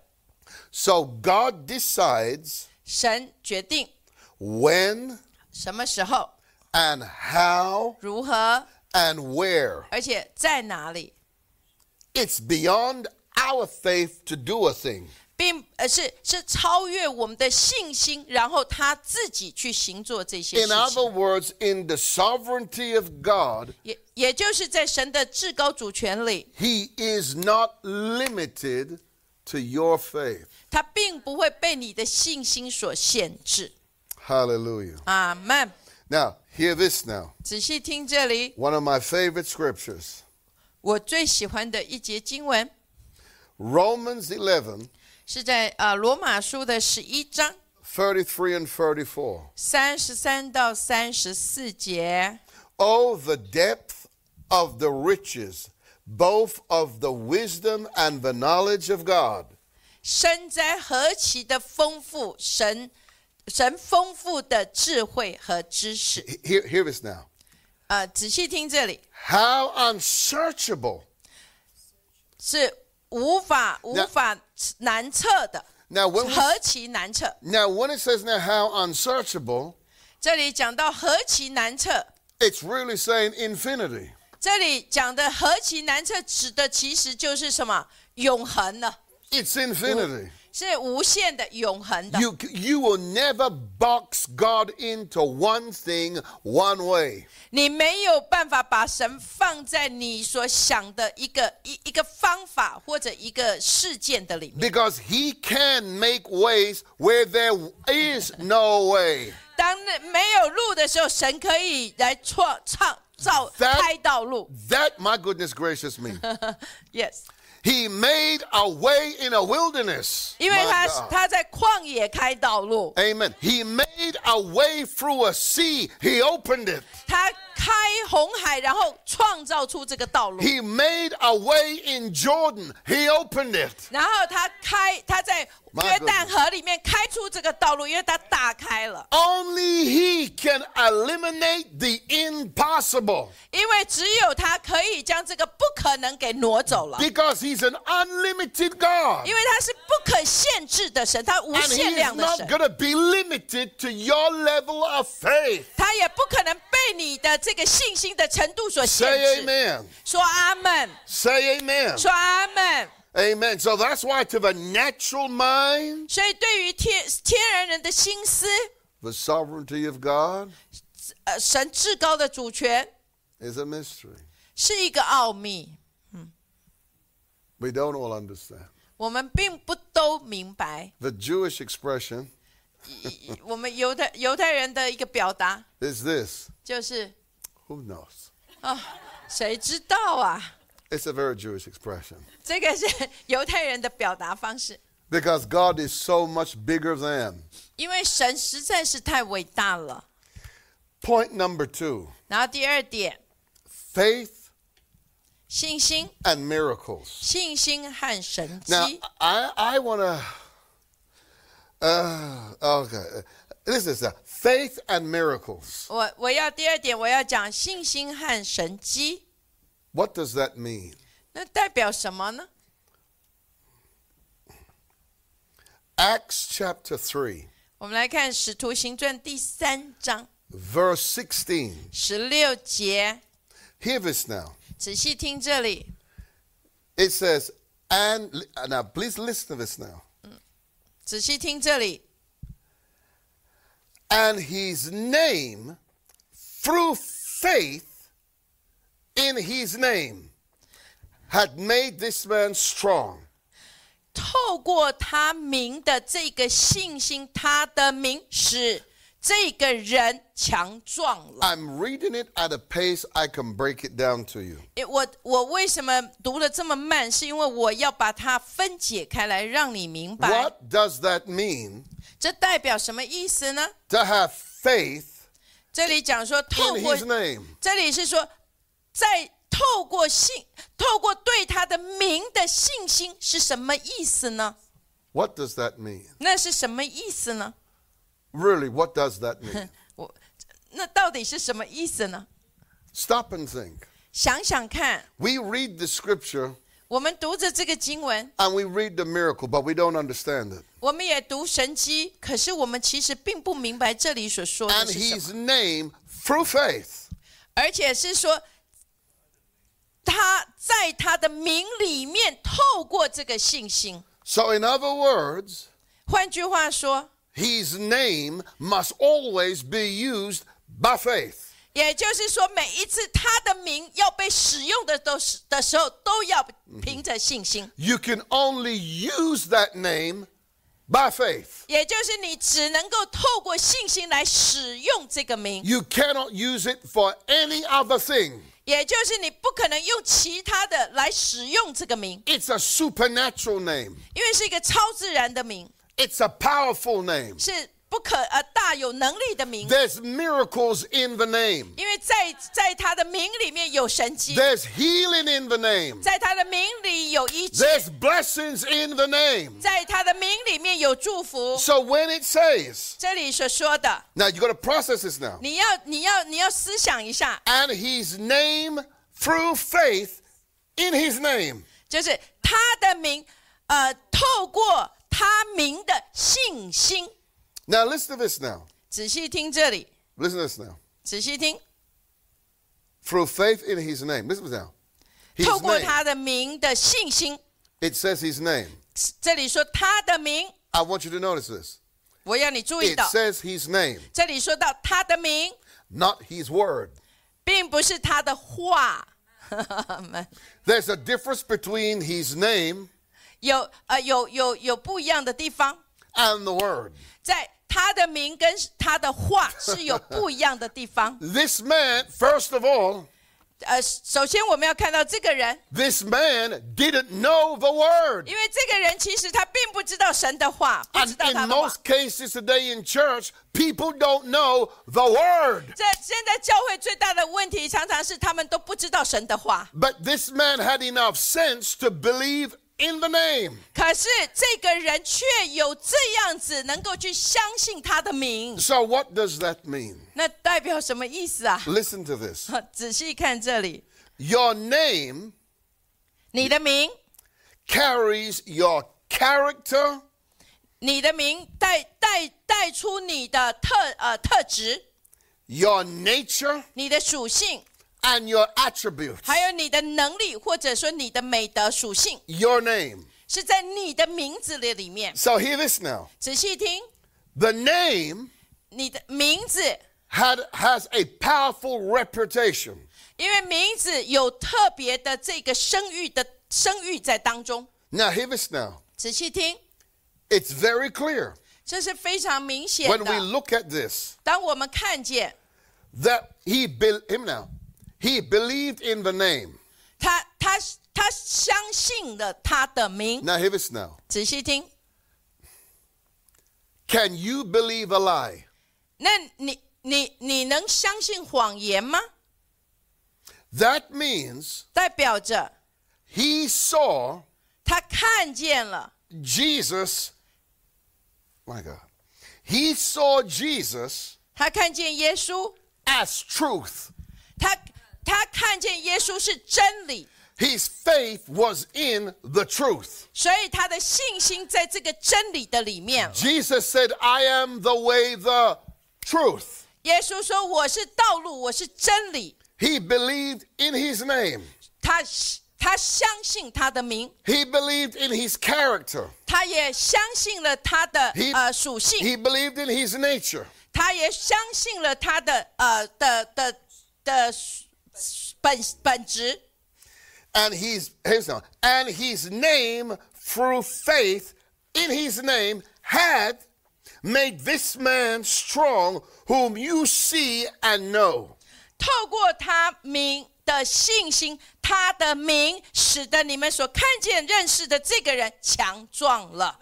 [SPEAKER 2] So God decides
[SPEAKER 1] 神决定
[SPEAKER 2] when
[SPEAKER 1] 什么时候、
[SPEAKER 2] and how
[SPEAKER 1] 如何，
[SPEAKER 2] and where.
[SPEAKER 1] 而且在哪里，
[SPEAKER 2] It's beyond our faith to do a thing.
[SPEAKER 1] 并呃是是超越我们的信心，然后他自己去行做这些事
[SPEAKER 2] In
[SPEAKER 1] 情。
[SPEAKER 2] other words, in the sovereignty of God,
[SPEAKER 1] 也也就是在神的至高主权里，
[SPEAKER 2] He is not limited to your faith.
[SPEAKER 1] 它并不会被你的信心所限制。
[SPEAKER 2] Hallelujah.
[SPEAKER 1] 阿门。
[SPEAKER 2] Now, hear this now.
[SPEAKER 1] 仔细听这里，
[SPEAKER 2] One of my favorite scriptures.
[SPEAKER 1] 我最喜欢的一节经文
[SPEAKER 2] Romans 11,
[SPEAKER 1] 是在呃罗马书的十一章
[SPEAKER 2] 33 and 34.
[SPEAKER 1] 三十三到三十四节。
[SPEAKER 2] Oh, the depth of the riches, both of the wisdom and the knowledge of God.
[SPEAKER 1] 身在何其的丰富，神神丰富的智慧和知识。
[SPEAKER 2] He- Hear, hear this now.
[SPEAKER 1] 呃，仔细听这里，
[SPEAKER 2] How unsearchable.
[SPEAKER 1] 是无法无
[SPEAKER 2] 那
[SPEAKER 1] 法难测的，
[SPEAKER 2] Now when, we-
[SPEAKER 1] 何其难测。
[SPEAKER 2] now, when it says now how unsearchable,
[SPEAKER 1] 这里讲到何其难测，
[SPEAKER 2] it's really saying infinity.
[SPEAKER 1] 这里讲的何其难测，指的其实就是什么？永恒的，
[SPEAKER 2] It's infinity.
[SPEAKER 1] 是无限的、永恒的。
[SPEAKER 2] You, you will never box God into one thing one way.
[SPEAKER 1] 你没有办法把神放在你所想的一个一一个方法或者一个事件的里面。
[SPEAKER 2] Because he can make ways where there is no way.
[SPEAKER 1] 当那没有路的时候，神可以来创创造
[SPEAKER 2] That-
[SPEAKER 1] 开道路。
[SPEAKER 2] That, my goodness gracious me.
[SPEAKER 1] Yes，
[SPEAKER 2] He made a way in a wilderness.
[SPEAKER 1] 因为
[SPEAKER 2] My
[SPEAKER 1] 他
[SPEAKER 2] God.
[SPEAKER 1] 他在旷野开道路，
[SPEAKER 2] Amen. He made a way through a sea. He opened it.
[SPEAKER 1] 他开红海，然后创造出这个道路。
[SPEAKER 2] He made a way in Jordan. He opened it.
[SPEAKER 1] 然后他开，他在约
[SPEAKER 2] My
[SPEAKER 1] 旦河里面开出这个道路，因为他打开了。
[SPEAKER 2] Only He can eliminate the impossible
[SPEAKER 1] 因为只有他可以将这个不可能给挪走了，
[SPEAKER 2] because He's an unlimited God.
[SPEAKER 1] 因为他是不可限制的神，他无
[SPEAKER 2] And He
[SPEAKER 1] 限
[SPEAKER 2] is
[SPEAKER 1] 量的
[SPEAKER 2] not
[SPEAKER 1] 神，
[SPEAKER 2] going to be limited to your level of faith.
[SPEAKER 1] 他也不可能被你的这个信心的程度所限
[SPEAKER 2] Say
[SPEAKER 1] 制。
[SPEAKER 2] amen.
[SPEAKER 1] 说阿门，
[SPEAKER 2] Say amen.
[SPEAKER 1] 说阿门。
[SPEAKER 2] Amen. So that's why to the natural mind,
[SPEAKER 1] 所以对于天天然人的心思，
[SPEAKER 2] the sovereignty of God
[SPEAKER 1] 呃，神至高的主权
[SPEAKER 2] is a mystery.
[SPEAKER 1] 是一个奥秘，
[SPEAKER 2] We don't all understand.
[SPEAKER 1] 我们并不都明白。
[SPEAKER 2] The Jewish expression
[SPEAKER 1] 以我们犹太犹太人的一个表达
[SPEAKER 2] is this
[SPEAKER 1] 就是，
[SPEAKER 2] who knows?
[SPEAKER 1] 哦，谁知道啊？
[SPEAKER 2] It's a very Jewish expression
[SPEAKER 1] 这个是犹太人的表达方式，
[SPEAKER 2] because God is so much bigger than.
[SPEAKER 1] 因为神实在是太伟大了。
[SPEAKER 2] Point number two
[SPEAKER 1] 然后第二点，
[SPEAKER 2] faith
[SPEAKER 1] 信心，
[SPEAKER 2] and miracles.
[SPEAKER 1] 信心和神迹。
[SPEAKER 2] Now, I, I want to. Uh, okay. This is uh, faith and miracles.
[SPEAKER 1] 我我要第二点，我要讲信心和神迹，
[SPEAKER 2] What does that mean?
[SPEAKER 1] 那代表什么呢？
[SPEAKER 2] Acts chapter 3,
[SPEAKER 1] 我们来看《使徒行传》第三章
[SPEAKER 2] verse 16.
[SPEAKER 1] 十六节，
[SPEAKER 2] Hear this now.
[SPEAKER 1] 仔细听这里。
[SPEAKER 2] It says, and now please listen to this now.
[SPEAKER 1] 仔细听这里，
[SPEAKER 2] and his name through faith in his name had made this man strong
[SPEAKER 1] 透过他名的这个信心，他的名使这个人强壮了。
[SPEAKER 2] i'm reading it at a pace i can break it down to you
[SPEAKER 1] 诶我我为什么读的这么慢？是因为我要把它分解开来，让你明白
[SPEAKER 2] what does that mean
[SPEAKER 1] 这代表什么意思呢？
[SPEAKER 2] to have faith
[SPEAKER 1] 这里讲说，透
[SPEAKER 2] in
[SPEAKER 1] 过
[SPEAKER 2] his name
[SPEAKER 1] 这里是说，在透过信，透过对他的名的信心是什么意思呢？
[SPEAKER 2] what does that mean
[SPEAKER 1] 那是什么意思呢？
[SPEAKER 2] really what does that mean
[SPEAKER 1] 我那到底是什么意思呢？
[SPEAKER 2] stop and think
[SPEAKER 1] 想想看，
[SPEAKER 2] we read the scripture
[SPEAKER 1] 我们读着这个经文，
[SPEAKER 2] and we read the miracle but we don't understand it
[SPEAKER 1] 我们也读神机，可是我们其实并不明白这里所说的
[SPEAKER 2] and
[SPEAKER 1] 是什么，
[SPEAKER 2] his name through faith
[SPEAKER 1] 而且是说他在他的名里面透过这个信心。
[SPEAKER 2] so in other words
[SPEAKER 1] 换句话说，
[SPEAKER 2] His name must always be used by faith.
[SPEAKER 1] 也就是说，每一次他的名要被使用的都是的时候，都要凭着信心。
[SPEAKER 2] You can only use that name by faith.
[SPEAKER 1] 也就是你只能够透过信心来使用这个名，
[SPEAKER 2] You cannot use it for any other thing.
[SPEAKER 1] 也就是你不可能用其他的来使用这个名，
[SPEAKER 2] It's a supernatural name,
[SPEAKER 1] 因为是一个超自然的名，
[SPEAKER 2] it's a powerful name.
[SPEAKER 1] 是不可呃大有能力的名，
[SPEAKER 2] There's miracles in the name,
[SPEAKER 1] 因为在在他的名里面有神迹，
[SPEAKER 2] there's healing in the name,
[SPEAKER 1] 在他的名里有医治，
[SPEAKER 2] there's blessings in the name.
[SPEAKER 1] 在他的名里面有祝福。
[SPEAKER 2] So when it says,
[SPEAKER 1] 这里所说的，
[SPEAKER 2] now you got to process this now,
[SPEAKER 1] 你要你要你要思想一下，
[SPEAKER 2] and his name through faith in his name.
[SPEAKER 1] 就是他的名，呃，透过他名的信心，
[SPEAKER 2] Now listen to this now.
[SPEAKER 1] 仔细听这里，
[SPEAKER 2] Listen to this now.
[SPEAKER 1] 仔细听，
[SPEAKER 2] through faith in his name. Listen now. His
[SPEAKER 1] 透过
[SPEAKER 2] name.
[SPEAKER 1] 他的名的信心，
[SPEAKER 2] It says his name.
[SPEAKER 1] 这里说他的名，
[SPEAKER 2] I want you to notice this.
[SPEAKER 1] 我要你注意
[SPEAKER 2] It
[SPEAKER 1] 到，
[SPEAKER 2] says his name,
[SPEAKER 1] 这里说到他的名，
[SPEAKER 2] not his word.
[SPEAKER 1] 并不是他的话。 们
[SPEAKER 2] There's a difference between his name
[SPEAKER 1] 有呃有有有不一样的地方，
[SPEAKER 2] and the word.。
[SPEAKER 1] 在他的名跟他的话是有不一样的地方
[SPEAKER 2] This man, first of all,
[SPEAKER 1] 呃，首先我们要看到这个人，
[SPEAKER 2] this man didn't know the word.
[SPEAKER 1] 因为这个人其实他并不知道神的话，不知
[SPEAKER 2] And
[SPEAKER 1] 道他
[SPEAKER 2] in
[SPEAKER 1] 的话。
[SPEAKER 2] most cases today in church, people don't know the word.
[SPEAKER 1] 这现在教会最大的问题，常常是他们都不知道神的话。
[SPEAKER 2] But this man had enough sense to believe in the name.
[SPEAKER 1] 可是这个人却有这样子能够去相信他的名，
[SPEAKER 2] So, what does that mean?
[SPEAKER 1] 那代表什么意思啊？
[SPEAKER 2] Listen to this.
[SPEAKER 1] 仔细看这里，
[SPEAKER 2] Your name
[SPEAKER 1] 你的名，
[SPEAKER 2] carries your character,
[SPEAKER 1] 你的名带带带出你的特呃特质、
[SPEAKER 2] your nature,
[SPEAKER 1] 你的属性，
[SPEAKER 2] and your attributes.
[SPEAKER 1] 还有你的能力，或者说你的美德属性，
[SPEAKER 2] Your name.
[SPEAKER 1] 是在你的名字里里面。
[SPEAKER 2] So, hear this now.
[SPEAKER 1] 仔细听，
[SPEAKER 2] The name
[SPEAKER 1] 你的名字，
[SPEAKER 2] had, has a powerful reputation.
[SPEAKER 1] 因为名字有特别的这个声誉的声誉在当中。
[SPEAKER 2] Now, hear this now.
[SPEAKER 1] 仔细听，
[SPEAKER 2] It's very clear
[SPEAKER 1] 这是非常明显
[SPEAKER 2] when we
[SPEAKER 1] 的。
[SPEAKER 2] look at this.
[SPEAKER 1] 当我们看见
[SPEAKER 2] that he be- him now he believed in the name
[SPEAKER 1] 他，他他相信了他的名。
[SPEAKER 2] now hear this now
[SPEAKER 1] 仔细听，
[SPEAKER 2] can you believe a lie
[SPEAKER 1] 那你你你能相信谎言吗？
[SPEAKER 2] that means
[SPEAKER 1] 代表着
[SPEAKER 2] he saw
[SPEAKER 1] 他看见了，
[SPEAKER 2] jesus my god he saw jesus
[SPEAKER 1] 他看见耶稣，
[SPEAKER 2] as truth
[SPEAKER 1] 他他看见耶稣是真理，
[SPEAKER 2] his faith was in the truth
[SPEAKER 1] 所以他的信心在这个真理的里面。
[SPEAKER 2] jesus said i am the way the truth
[SPEAKER 1] 耶稣说：“我是道路，我是真理。
[SPEAKER 2] he believed in his name
[SPEAKER 1] 他”他相信他的名，
[SPEAKER 2] he believed in his character
[SPEAKER 1] 他也相信了他的
[SPEAKER 2] He-
[SPEAKER 1] 呃属性。
[SPEAKER 2] he believed in his nature
[SPEAKER 1] 他也相信了他的呃的的的本本质，
[SPEAKER 2] and his his and his name through faith in his name had made this man strong whom you see and know
[SPEAKER 1] 透过他名的信心，他的名使得你们所看见、认识的这个人强壮了。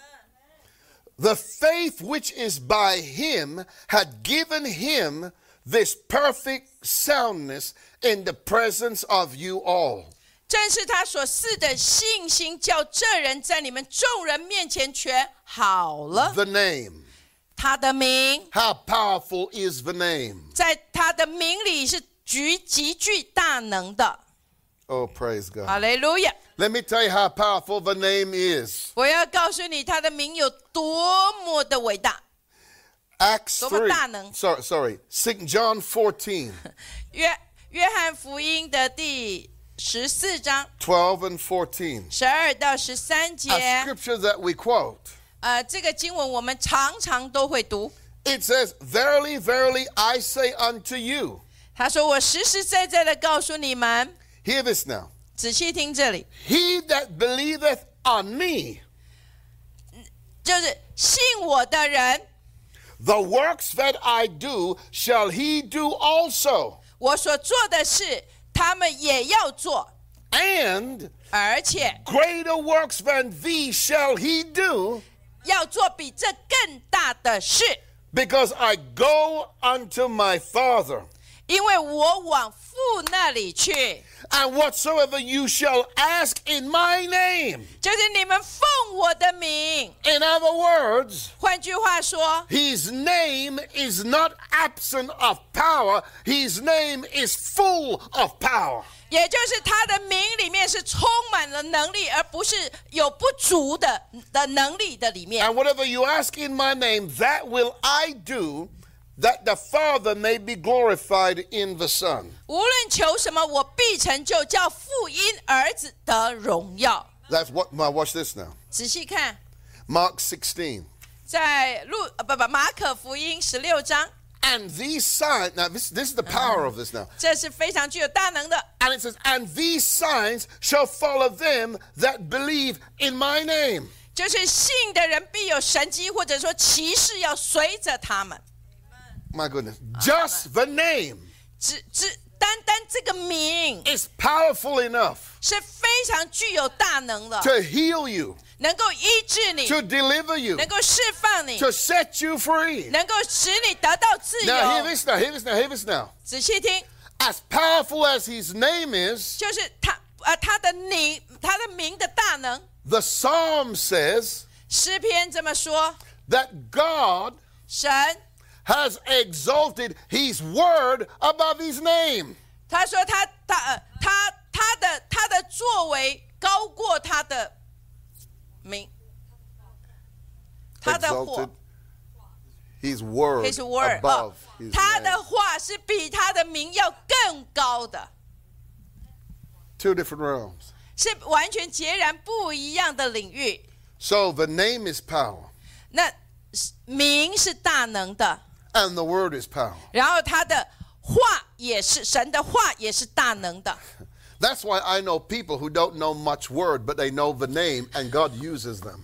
[SPEAKER 2] the faith which is by him had given him this perfect soundness in the presence of you all
[SPEAKER 1] 正是他所赐的信心，叫这人在你们众人面前全好了。
[SPEAKER 2] the name
[SPEAKER 1] 他的名
[SPEAKER 2] how powerful is the name
[SPEAKER 1] 在他的名里是极极具大能的。
[SPEAKER 2] oh praise god
[SPEAKER 1] 哈利路亚！
[SPEAKER 2] let me tell you how powerful the name is
[SPEAKER 1] 我要告诉你，他的名有多么的伟大。
[SPEAKER 2] acts 3
[SPEAKER 1] 多么大能。
[SPEAKER 2] sorry sorry St. john 14
[SPEAKER 1] 约约翰福音的第十四章
[SPEAKER 2] 12 and 14.
[SPEAKER 1] 十二到十三
[SPEAKER 2] A
[SPEAKER 1] 节，
[SPEAKER 2] scripture that we quote.
[SPEAKER 1] 呃，这个经文我们常常都会读。
[SPEAKER 2] It says, Verily, verily, I say unto you.
[SPEAKER 1] 他说：“我实实在在的告诉你们，
[SPEAKER 2] Hear this now.
[SPEAKER 1] 仔细听这里，
[SPEAKER 2] He that believeth on me,
[SPEAKER 1] 就是信我的人，
[SPEAKER 2] the works that I do shall he do also.
[SPEAKER 1] 我所做的事，他们也要做，
[SPEAKER 2] And
[SPEAKER 1] 而且
[SPEAKER 2] greater works than these shall he do,
[SPEAKER 1] 要做比这更大的事，
[SPEAKER 2] because I go unto my Father.
[SPEAKER 1] 因为我往父那里去。
[SPEAKER 2] And whatsoever you shall ask in my name.
[SPEAKER 1] 就是你们奉我的名。
[SPEAKER 2] In other words,
[SPEAKER 1] 换句话说，
[SPEAKER 2] His name is not absent of power, his name is full of power.
[SPEAKER 1] 也就是他的名里面是充满了能力，而不是有不足的的能力的里面。
[SPEAKER 2] And whatever you ask in my name, that will I do, that the Father may be glorified in the Son.
[SPEAKER 1] 无论求什么，我必成就，叫父因儿子得荣耀。
[SPEAKER 2] That's what, now watch this now.
[SPEAKER 1] 仔细看，
[SPEAKER 2] Mark 16.
[SPEAKER 1] 在路呃不不马可福音十六章，
[SPEAKER 2] And these signs, now this, this is the power of this now.
[SPEAKER 1] 这是非常具有大能的。
[SPEAKER 2] And it says, and these signs shall follow them that believe in my name.
[SPEAKER 1] 就是信的人必有神迹，或者说骑士要随着他们。
[SPEAKER 2] My goodness. Just the name
[SPEAKER 1] 只只单单这个名
[SPEAKER 2] is powerful enough
[SPEAKER 1] 是非常具有大能的，
[SPEAKER 2] to heal you,
[SPEAKER 1] 能够医治你，
[SPEAKER 2] to deliver you,
[SPEAKER 1] 能够释放你，
[SPEAKER 2] to set you free.
[SPEAKER 1] 能够使你得到自
[SPEAKER 2] Now, hear
[SPEAKER 1] 由。
[SPEAKER 2] this now, hear this now, hear this now.
[SPEAKER 1] 仔细听，
[SPEAKER 2] As powerful as his name is,
[SPEAKER 1] 就是他呃他的名，他的名的大能。
[SPEAKER 2] the psalm says
[SPEAKER 1] 诗篇这么说：
[SPEAKER 2] that God
[SPEAKER 1] 神，
[SPEAKER 2] has exalted his word above his name.
[SPEAKER 1] 他说他他呃他他的他的作为高过他的名，他的火
[SPEAKER 2] Exalted。his word,
[SPEAKER 1] His word，哦 uh,
[SPEAKER 2] above his，
[SPEAKER 1] 他
[SPEAKER 2] name.
[SPEAKER 1] 的话是比他的名要更高的，
[SPEAKER 2] Two different realms.
[SPEAKER 1] 是完全截然不一样的领域。
[SPEAKER 2] So the name is power,
[SPEAKER 1] 那是名是大能的，
[SPEAKER 2] and the word is power.
[SPEAKER 1] 然后他的话也是神的话也是大能的，
[SPEAKER 2] That's why I know people who don't know much word, but they know the name, and God uses them.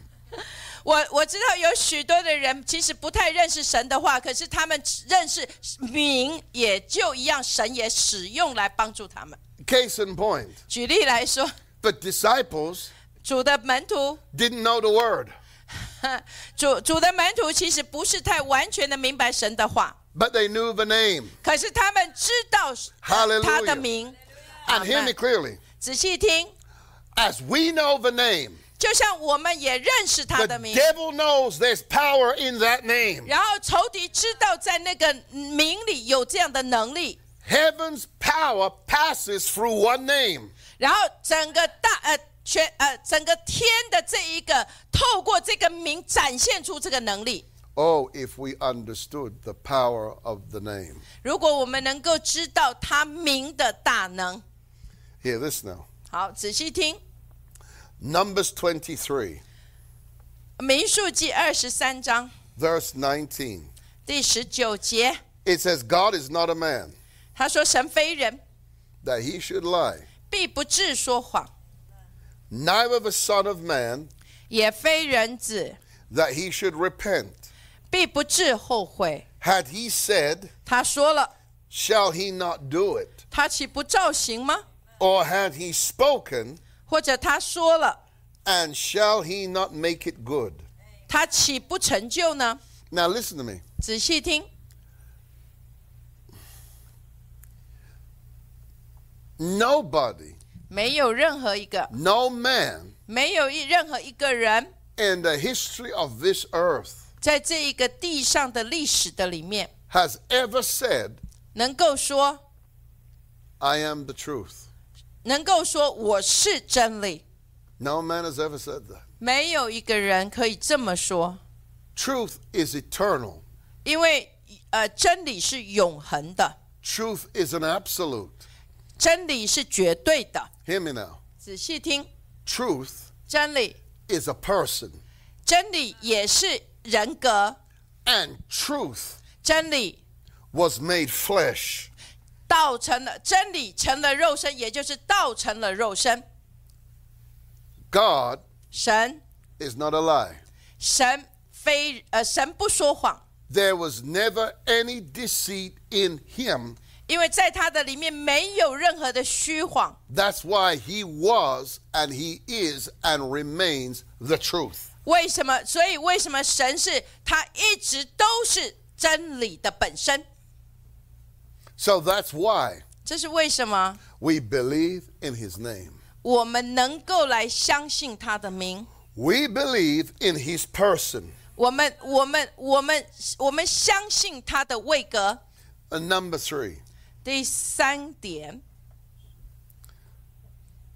[SPEAKER 1] 我我知道有许多的人其实不太认识神的话，可是他们只认识名，也就一样，神也使用来帮助他们。
[SPEAKER 2] Case in point,
[SPEAKER 1] 举例来说，
[SPEAKER 2] the disciples
[SPEAKER 1] 主的门徒，
[SPEAKER 2] didn't know the word,
[SPEAKER 1] 哼主主的门徒其实不是太完全的明白神的话，
[SPEAKER 2] but they knew the name.
[SPEAKER 1] 可是他们知道呃
[SPEAKER 2] Hallelujah
[SPEAKER 1] 他的名。
[SPEAKER 2] And hear me
[SPEAKER 1] Amen
[SPEAKER 2] clearly.
[SPEAKER 1] 仔细听，
[SPEAKER 2] As we know the name,
[SPEAKER 1] 就像我们也认识他的
[SPEAKER 2] the
[SPEAKER 1] 名，
[SPEAKER 2] devil knows there's power in that name.
[SPEAKER 1] 然后仇敌知道在那个名里有这样的能力，
[SPEAKER 2] Heaven's power passes through one name.
[SPEAKER 1] 然后整个大呃全呃整个天的这一个透过这个名展现出这个能力。
[SPEAKER 2] Oh, if we understood the power of the name.
[SPEAKER 1] 如果我们能够知道他名的大能，
[SPEAKER 2] Hear this now.
[SPEAKER 1] 好，仔细听，
[SPEAKER 2] Numbers 23,
[SPEAKER 1] 《民数记》二十三章
[SPEAKER 2] verse 19.
[SPEAKER 1] 第十九节，
[SPEAKER 2] It says, God is not a man
[SPEAKER 1] 他说：“神非人，
[SPEAKER 2] that he should lie,
[SPEAKER 1] 必不至说谎，
[SPEAKER 2] neither the Son of Man
[SPEAKER 1] 也非人子，
[SPEAKER 2] that he should repent.
[SPEAKER 1] 必不至后悔。
[SPEAKER 2] Had he said, ”
[SPEAKER 1] 他说了。
[SPEAKER 2] Shall he not do it?
[SPEAKER 1] 他岂不照行吗？
[SPEAKER 2] Or had he spoken,
[SPEAKER 1] 或者他说了，
[SPEAKER 2] and shall he not make it good?
[SPEAKER 1] 他岂不成就呢？
[SPEAKER 2] Now listen to me.
[SPEAKER 1] 仔细听，
[SPEAKER 2] Nobody,
[SPEAKER 1] 没有任何一个，
[SPEAKER 2] no man
[SPEAKER 1] 没有一任何一个人，
[SPEAKER 2] in the history of this earth
[SPEAKER 1] 在这一个地上的历史的里面，
[SPEAKER 2] has ever said,
[SPEAKER 1] 能够说，
[SPEAKER 2] I am the truth.
[SPEAKER 1] 能够说我是真理，
[SPEAKER 2] No man has ever said that.
[SPEAKER 1] 没有一个人可以这么说，
[SPEAKER 2] Truth is eternal.
[SPEAKER 1] 因为呃，真理是永恒的，
[SPEAKER 2] Truth is an absolute.
[SPEAKER 1] 真理是绝对的。
[SPEAKER 2] Hear me now.
[SPEAKER 1] 仔细听，
[SPEAKER 2] Truth
[SPEAKER 1] 真理，
[SPEAKER 2] is a person,
[SPEAKER 1] 真理也是人格，
[SPEAKER 2] and truth
[SPEAKER 1] 真理
[SPEAKER 2] was made flesh.
[SPEAKER 1] 道成了真理，成了肉身，也就是道成了肉身。
[SPEAKER 2] God
[SPEAKER 1] 神，
[SPEAKER 2] is not a lie.
[SPEAKER 1] 神非呃，神不说谎，
[SPEAKER 2] There was never any deceit in him.
[SPEAKER 1] 因为在他的里面没有任何的虚谎。
[SPEAKER 2] That's why he was and he is and remains the truth.
[SPEAKER 1] 为什么？所以为什么神是他一直都是真理的本身？
[SPEAKER 2] So that's why
[SPEAKER 1] 这是为什么？
[SPEAKER 2] we believe in his name.
[SPEAKER 1] 我们能够来相信他的名，
[SPEAKER 2] We believe in his person.
[SPEAKER 1] 我们我们我们我们相信他的位格。
[SPEAKER 2] And number three,
[SPEAKER 1] 第三点，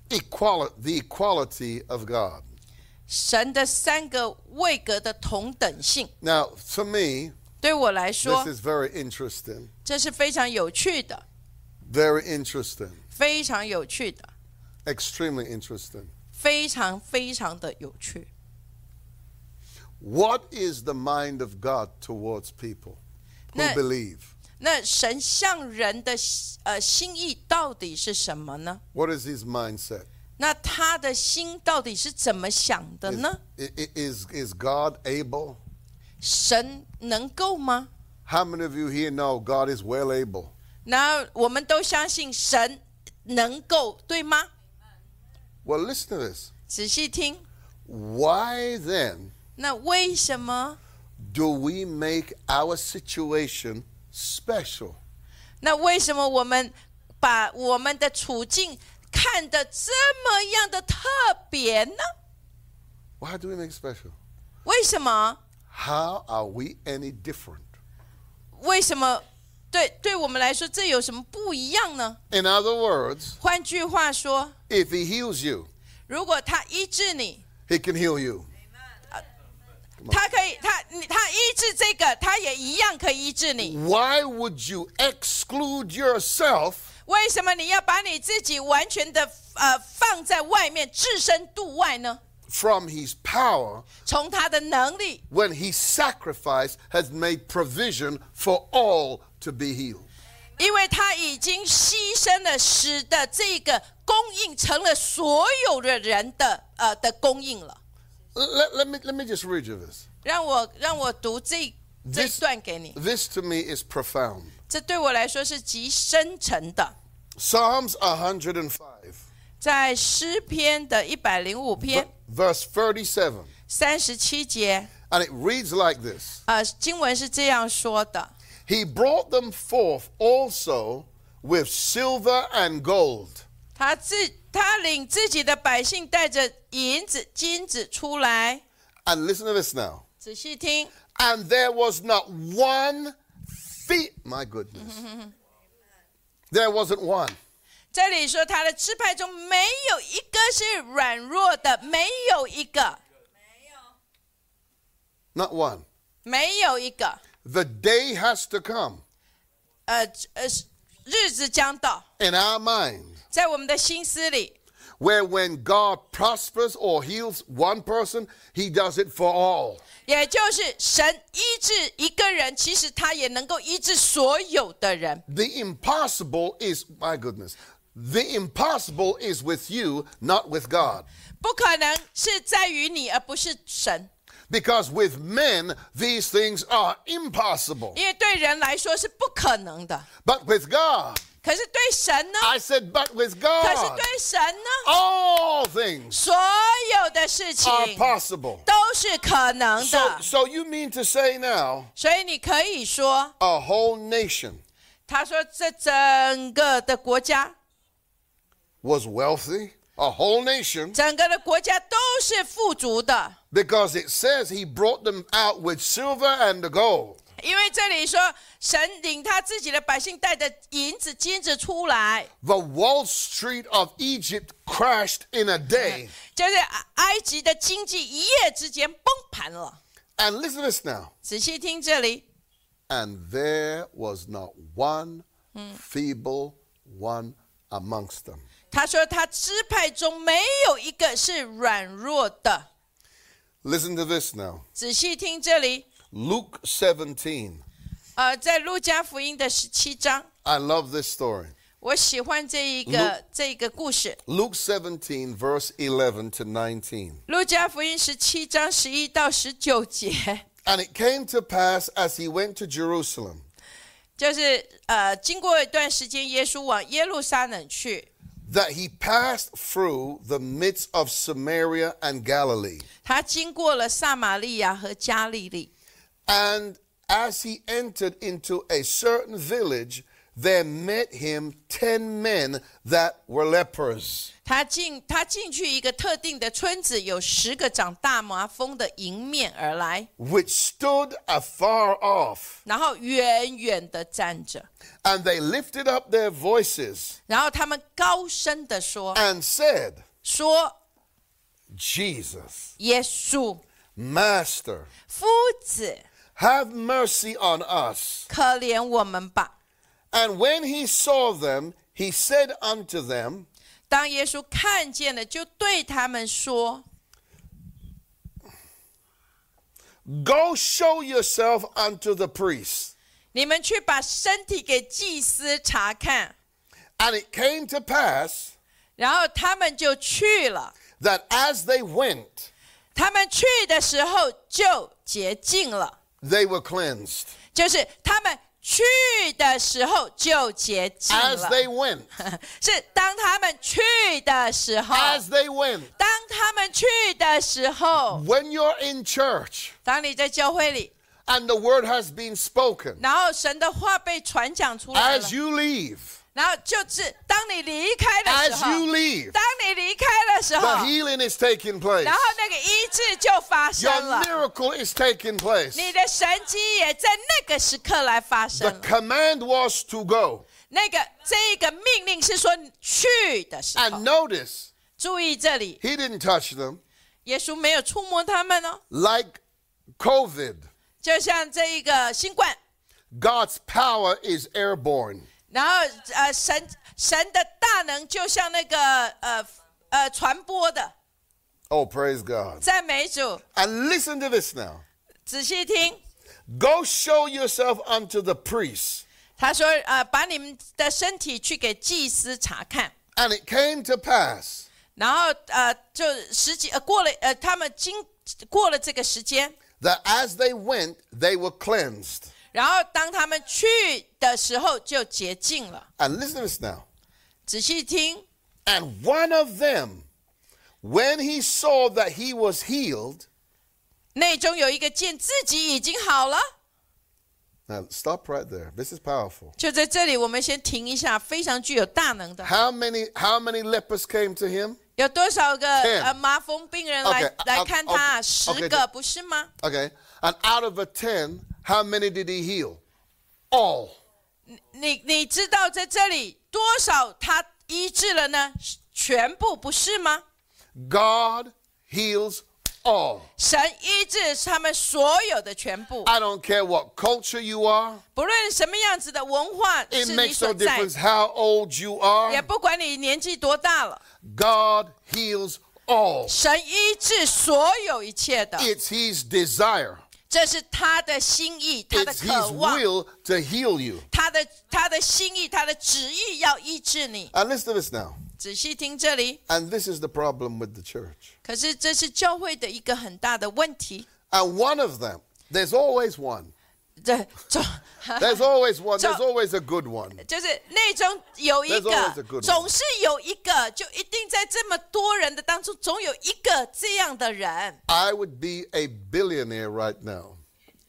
[SPEAKER 2] equality, the equality of God.
[SPEAKER 1] 神的三个位格的同等性。
[SPEAKER 2] Now, for me,
[SPEAKER 1] 对我来
[SPEAKER 2] This
[SPEAKER 1] 说，
[SPEAKER 2] is very interesting.
[SPEAKER 1] 这是非常有趣的，
[SPEAKER 2] Very interesting.
[SPEAKER 1] 非常有趣的，
[SPEAKER 2] Extremely interesting.
[SPEAKER 1] 非常非常的有趣。
[SPEAKER 2] What is the mind of God towards people who
[SPEAKER 1] No.
[SPEAKER 2] believe?
[SPEAKER 1] 那神向人的呃心意到底是什么呢？
[SPEAKER 2] What is his mindset?
[SPEAKER 1] 那他的心到底是怎么想的
[SPEAKER 2] Is,
[SPEAKER 1] 呢？
[SPEAKER 2] i- i- is, is God able?
[SPEAKER 1] 神能够吗？
[SPEAKER 2] How many of you here know God is well able?
[SPEAKER 1] 那我们都相信神能够，对吗？
[SPEAKER 2] Well, listen to this.
[SPEAKER 1] 仔细听，
[SPEAKER 2] Why then
[SPEAKER 1] 那为什么？
[SPEAKER 2] do we make our situation special?
[SPEAKER 1] 那为什么我们把我们的处境看得这么样的特别呢？
[SPEAKER 2] Why do we make it special?
[SPEAKER 1] 为什么？
[SPEAKER 2] How are we any different?
[SPEAKER 1] 为什么？对，对我们来说，这有什么不一样呢？
[SPEAKER 2] In other words,
[SPEAKER 1] 换句话说，
[SPEAKER 2] if he heals you,
[SPEAKER 1] 如果他医治你，
[SPEAKER 2] he can heal you.
[SPEAKER 1] 他可以，他你他医治这个，他也一样可以医治你。
[SPEAKER 2] Why would you exclude yourself
[SPEAKER 1] 为什么你要把你自己完全的呃放在外面，置身度外呢？
[SPEAKER 2] from his power
[SPEAKER 1] 从他的能力，
[SPEAKER 2] when his sacrifice has made provision for all to be healed?
[SPEAKER 1] 因为他已经牺牲了，使得这个供应成了所有的人的呃的供应了。
[SPEAKER 2] Let, let me, let me just read you this.
[SPEAKER 1] 让我让我读这这一段给你，
[SPEAKER 2] This to me is profound.
[SPEAKER 1] 这对我来说是极深沉的。
[SPEAKER 2] Psalms 105,
[SPEAKER 1] 在诗篇的一百零五
[SPEAKER 2] v-
[SPEAKER 1] 篇
[SPEAKER 2] verse 37.
[SPEAKER 1] 三十七节，
[SPEAKER 2] And it reads like this.
[SPEAKER 1] 呃，经文是这样说的：
[SPEAKER 2] He brought them forth also with silver and gold.
[SPEAKER 1] 他自他领自己的百姓带着银子、金子出来。
[SPEAKER 2] And listen to this now.
[SPEAKER 1] 仔细听，
[SPEAKER 2] And there was not one feet. My goodness. there wasn't one.
[SPEAKER 1] 这里说他的支派中没有一个是软弱的，没有一个，
[SPEAKER 2] Not one.
[SPEAKER 1] 没有一个。
[SPEAKER 2] The day has to come
[SPEAKER 1] 呃呃，日子将到，
[SPEAKER 2] in our mind
[SPEAKER 1] 在我们的心思里，
[SPEAKER 2] where when God prospers or heals one person, he does it for all.
[SPEAKER 1] 也就是神医治一个人，其实他也能够医治所有的人。
[SPEAKER 2] The impossible is, my goodness, the impossible is with you, not with God.
[SPEAKER 1] 不可能是在于你，而不是神，
[SPEAKER 2] Because with men, these things are impossible.
[SPEAKER 1] 因为对人来说是不可能的。
[SPEAKER 2] But with God,
[SPEAKER 1] 可是对神呢？
[SPEAKER 2] I said, but with
[SPEAKER 1] 可是
[SPEAKER 2] Oh God, Oh
[SPEAKER 1] 对神呢？
[SPEAKER 2] all things
[SPEAKER 1] 所有的事情
[SPEAKER 2] are possible.
[SPEAKER 1] 都是可能
[SPEAKER 2] So,
[SPEAKER 1] 的。
[SPEAKER 2] so you mean to say now,
[SPEAKER 1] 所以你可以说，
[SPEAKER 2] a whole nation
[SPEAKER 1] 他说这整个的国家，
[SPEAKER 2] was wealthy? A whole nation,
[SPEAKER 1] 整个的国家都是富足的，
[SPEAKER 2] because it says he brought them out with silver and the gold.
[SPEAKER 1] 因为这里说神领他自己的百姓带着银子、金子出来，
[SPEAKER 2] The Wall Street of Egypt crashed in a day.
[SPEAKER 1] 就是埃及的经济一夜之间崩盘了。
[SPEAKER 2] And listen to this now.
[SPEAKER 1] 仔细听这里，
[SPEAKER 2] And there was not one feeble one amongst them.
[SPEAKER 1] 他说他支派中没有一个是软弱的。
[SPEAKER 2] Listen to this now.
[SPEAKER 1] 仔细听这里，
[SPEAKER 2] Luke 17.
[SPEAKER 1] 呃，在路加福音的十七章，
[SPEAKER 2] I love this story.
[SPEAKER 1] 我喜欢这一
[SPEAKER 2] 路
[SPEAKER 1] 个这一个故事。
[SPEAKER 2] Luke 17, verse 11 to 19.
[SPEAKER 1] 路加福音十七章十一到十九节，
[SPEAKER 2] And it came to pass as he went to Jerusalem
[SPEAKER 1] 就是呃，经过一段时间，耶稣往耶路撒冷去，
[SPEAKER 2] that he passed through the midst of Samaria and Galilee.
[SPEAKER 1] 他经过了撒玛利亚和加利利。
[SPEAKER 2] And as he entered into a certain village, there met him ten men that were lepers.
[SPEAKER 1] 他进他进去一个特定的村子，有十个长大麻风的迎面而来，
[SPEAKER 2] which stood afar off,
[SPEAKER 1] 然后远远的站着，
[SPEAKER 2] and they lifted up their voices
[SPEAKER 1] 然后他们高声的说
[SPEAKER 2] and said,
[SPEAKER 1] 说
[SPEAKER 2] Jesus,
[SPEAKER 1] 耶稣
[SPEAKER 2] Master,
[SPEAKER 1] 夫子，
[SPEAKER 2] Have mercy on us.
[SPEAKER 1] 可怜我们吧。
[SPEAKER 2] And when he saw them, he said unto them,
[SPEAKER 1] 当耶稣看见了，就对他们说
[SPEAKER 2] Go show yourself unto the priests.：“
[SPEAKER 1] 你们去把身体给祭司查看。
[SPEAKER 2] And it came to pass ”
[SPEAKER 1] 然后他们就去了。
[SPEAKER 2] that as they went,
[SPEAKER 1] 他们去的时候就洁净了，
[SPEAKER 2] they were cleansed.
[SPEAKER 1] 就是他们去的时候就洁净
[SPEAKER 2] As
[SPEAKER 1] 了。
[SPEAKER 2] they went,
[SPEAKER 1] 是当他们去的时候，
[SPEAKER 2] as they went.
[SPEAKER 1] 当他们去的时候，
[SPEAKER 2] When you're in church
[SPEAKER 1] 当你在教会里，
[SPEAKER 2] and the word has been spoken,
[SPEAKER 1] 然后神的话被传讲出来了
[SPEAKER 2] as，you leave,
[SPEAKER 1] 然后就是当你离开的时
[SPEAKER 2] as
[SPEAKER 1] 候，
[SPEAKER 2] you leave,
[SPEAKER 1] 当你离开的时候，
[SPEAKER 2] the healing is taking place.
[SPEAKER 1] 然后那个医治就发生
[SPEAKER 2] Your
[SPEAKER 1] 了，
[SPEAKER 2] miracle is taking place.
[SPEAKER 1] 你的神迹也在那个时刻来发
[SPEAKER 2] The
[SPEAKER 1] 生了。
[SPEAKER 2] command was to go.
[SPEAKER 1] 那个这个命令是说去的时候
[SPEAKER 2] And，notice,
[SPEAKER 1] 注意这里，
[SPEAKER 2] he didn't touch them
[SPEAKER 1] 耶稣没有触摸他们哦，
[SPEAKER 2] like COVID.
[SPEAKER 1] 就像这一个新冠，
[SPEAKER 2] God's power is airborne.
[SPEAKER 1] 然后呃神神的大能就像那个呃呃传播的，
[SPEAKER 2] Oh, praise God.
[SPEAKER 1] 赞美主，
[SPEAKER 2] And listen to this now.
[SPEAKER 1] 仔细听，
[SPEAKER 2] Go show yourself unto the priests.
[SPEAKER 1] 他说呃把你们的身体去给祭司查看。
[SPEAKER 2] And it came to pass
[SPEAKER 1] 然后呃，就十几呃过了呃，他们经过了这个时间，
[SPEAKER 2] that as they went, they were cleansed.
[SPEAKER 1] 然后当他们去的时候就洁净了。
[SPEAKER 2] And listen to this now.
[SPEAKER 1] 仔细听，
[SPEAKER 2] And one of them, when he saw that he was healed,
[SPEAKER 1] 内中有一个见自己已经好了，
[SPEAKER 2] now stop right there. This is powerful.
[SPEAKER 1] 就在这里，我们先停一下。非常具有大能的，
[SPEAKER 2] How many how many lepers came to him?
[SPEAKER 1] 有多少个
[SPEAKER 2] Ten
[SPEAKER 1] 呃麻风病人来
[SPEAKER 2] Okay,
[SPEAKER 1] 来
[SPEAKER 2] I'll-
[SPEAKER 1] 看他？
[SPEAKER 2] okay,
[SPEAKER 1] 十
[SPEAKER 2] okay,
[SPEAKER 1] 个
[SPEAKER 2] the-
[SPEAKER 1] 不是吗？
[SPEAKER 2] Okay. And out of a 10, how many did he heal? All.
[SPEAKER 1] 你你知道在这里多少他医治了呢？全部不是吗？
[SPEAKER 2] God heals all.
[SPEAKER 1] 神医治他们所有的全部。
[SPEAKER 2] I don't care what culture you are.
[SPEAKER 1] 不论什么样子的文化是
[SPEAKER 2] It
[SPEAKER 1] 你
[SPEAKER 2] makes no
[SPEAKER 1] 所在，
[SPEAKER 2] difference how old you
[SPEAKER 1] 也
[SPEAKER 2] are.
[SPEAKER 1] 不管你年纪多大了，
[SPEAKER 2] God heals all.
[SPEAKER 1] 神医治所有一切的，
[SPEAKER 2] It's his desire.
[SPEAKER 1] 这是他的心意，他的
[SPEAKER 2] It's
[SPEAKER 1] 渴
[SPEAKER 2] his
[SPEAKER 1] 望，
[SPEAKER 2] will to heal you.
[SPEAKER 1] 他的他的心意，他的旨意要医治你。
[SPEAKER 2] And listen to this now.
[SPEAKER 1] 仔细听这里，
[SPEAKER 2] And this is the problem with the church.
[SPEAKER 1] 可是这是教会的一个很大的问题。
[SPEAKER 2] And one of them, there's always one.
[SPEAKER 1] 这 总
[SPEAKER 2] There's always one. There's
[SPEAKER 1] So-
[SPEAKER 2] always a good one.
[SPEAKER 1] 就是内中有一
[SPEAKER 2] There's always a
[SPEAKER 1] 个，
[SPEAKER 2] good one.
[SPEAKER 1] 总是有一个，就一定在这么多人的当中，总有一个这样的人。
[SPEAKER 2] I would be a billionaire right now.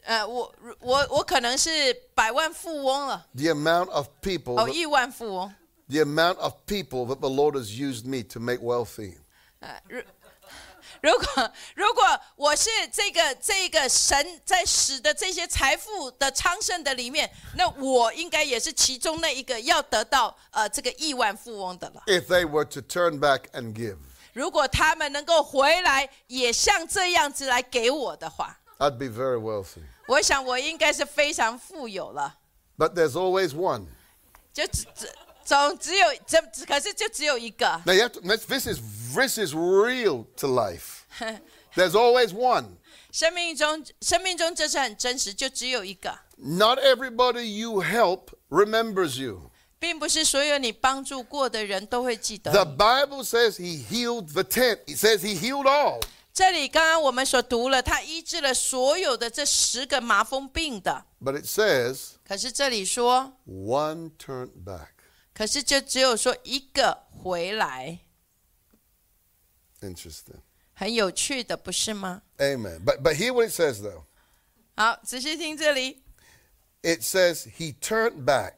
[SPEAKER 1] 呃，我我我可能是百万富翁了，
[SPEAKER 2] The amount of people,
[SPEAKER 1] 哦，
[SPEAKER 2] that-
[SPEAKER 1] 亿万富翁。
[SPEAKER 2] the amount of people that the Lord has used me to make wealthy.
[SPEAKER 1] 呃，如如果如果我是这个这个神在使的这些财富的昌盛的里面，那我应该也是其中那一个要得到呃这个亿万富翁的了。
[SPEAKER 2] If they were to turn back and give,
[SPEAKER 1] 如果他们能够回来，也像这样子来给我的话，
[SPEAKER 2] I'd be very wealthy.
[SPEAKER 1] 我想我应该是非常富有了。
[SPEAKER 2] But there's always one.
[SPEAKER 1] 就只只总只有这，可是就只有一个。
[SPEAKER 2] Now you have to, this this is this is real to life. There's always one.
[SPEAKER 1] 生命中，生命中这是很真实，就只有一个，
[SPEAKER 2] Not everybody you help remembers you.
[SPEAKER 1] 并不是所有你帮助过的人都会记
[SPEAKER 2] The
[SPEAKER 1] 得。
[SPEAKER 2] Bible says he healed the tent. It says he healed all.
[SPEAKER 1] 这里刚刚我们所读了，他医治了所有的这十个麻风病的，
[SPEAKER 2] But it says
[SPEAKER 1] 可是这里说，
[SPEAKER 2] one turned back.
[SPEAKER 1] 可是就只有说一个回来，
[SPEAKER 2] Interesting.
[SPEAKER 1] 很有趣的，不是吗？
[SPEAKER 2] Amen. But but hear what it says though.
[SPEAKER 1] 好，仔细听这里，
[SPEAKER 2] It says he turned back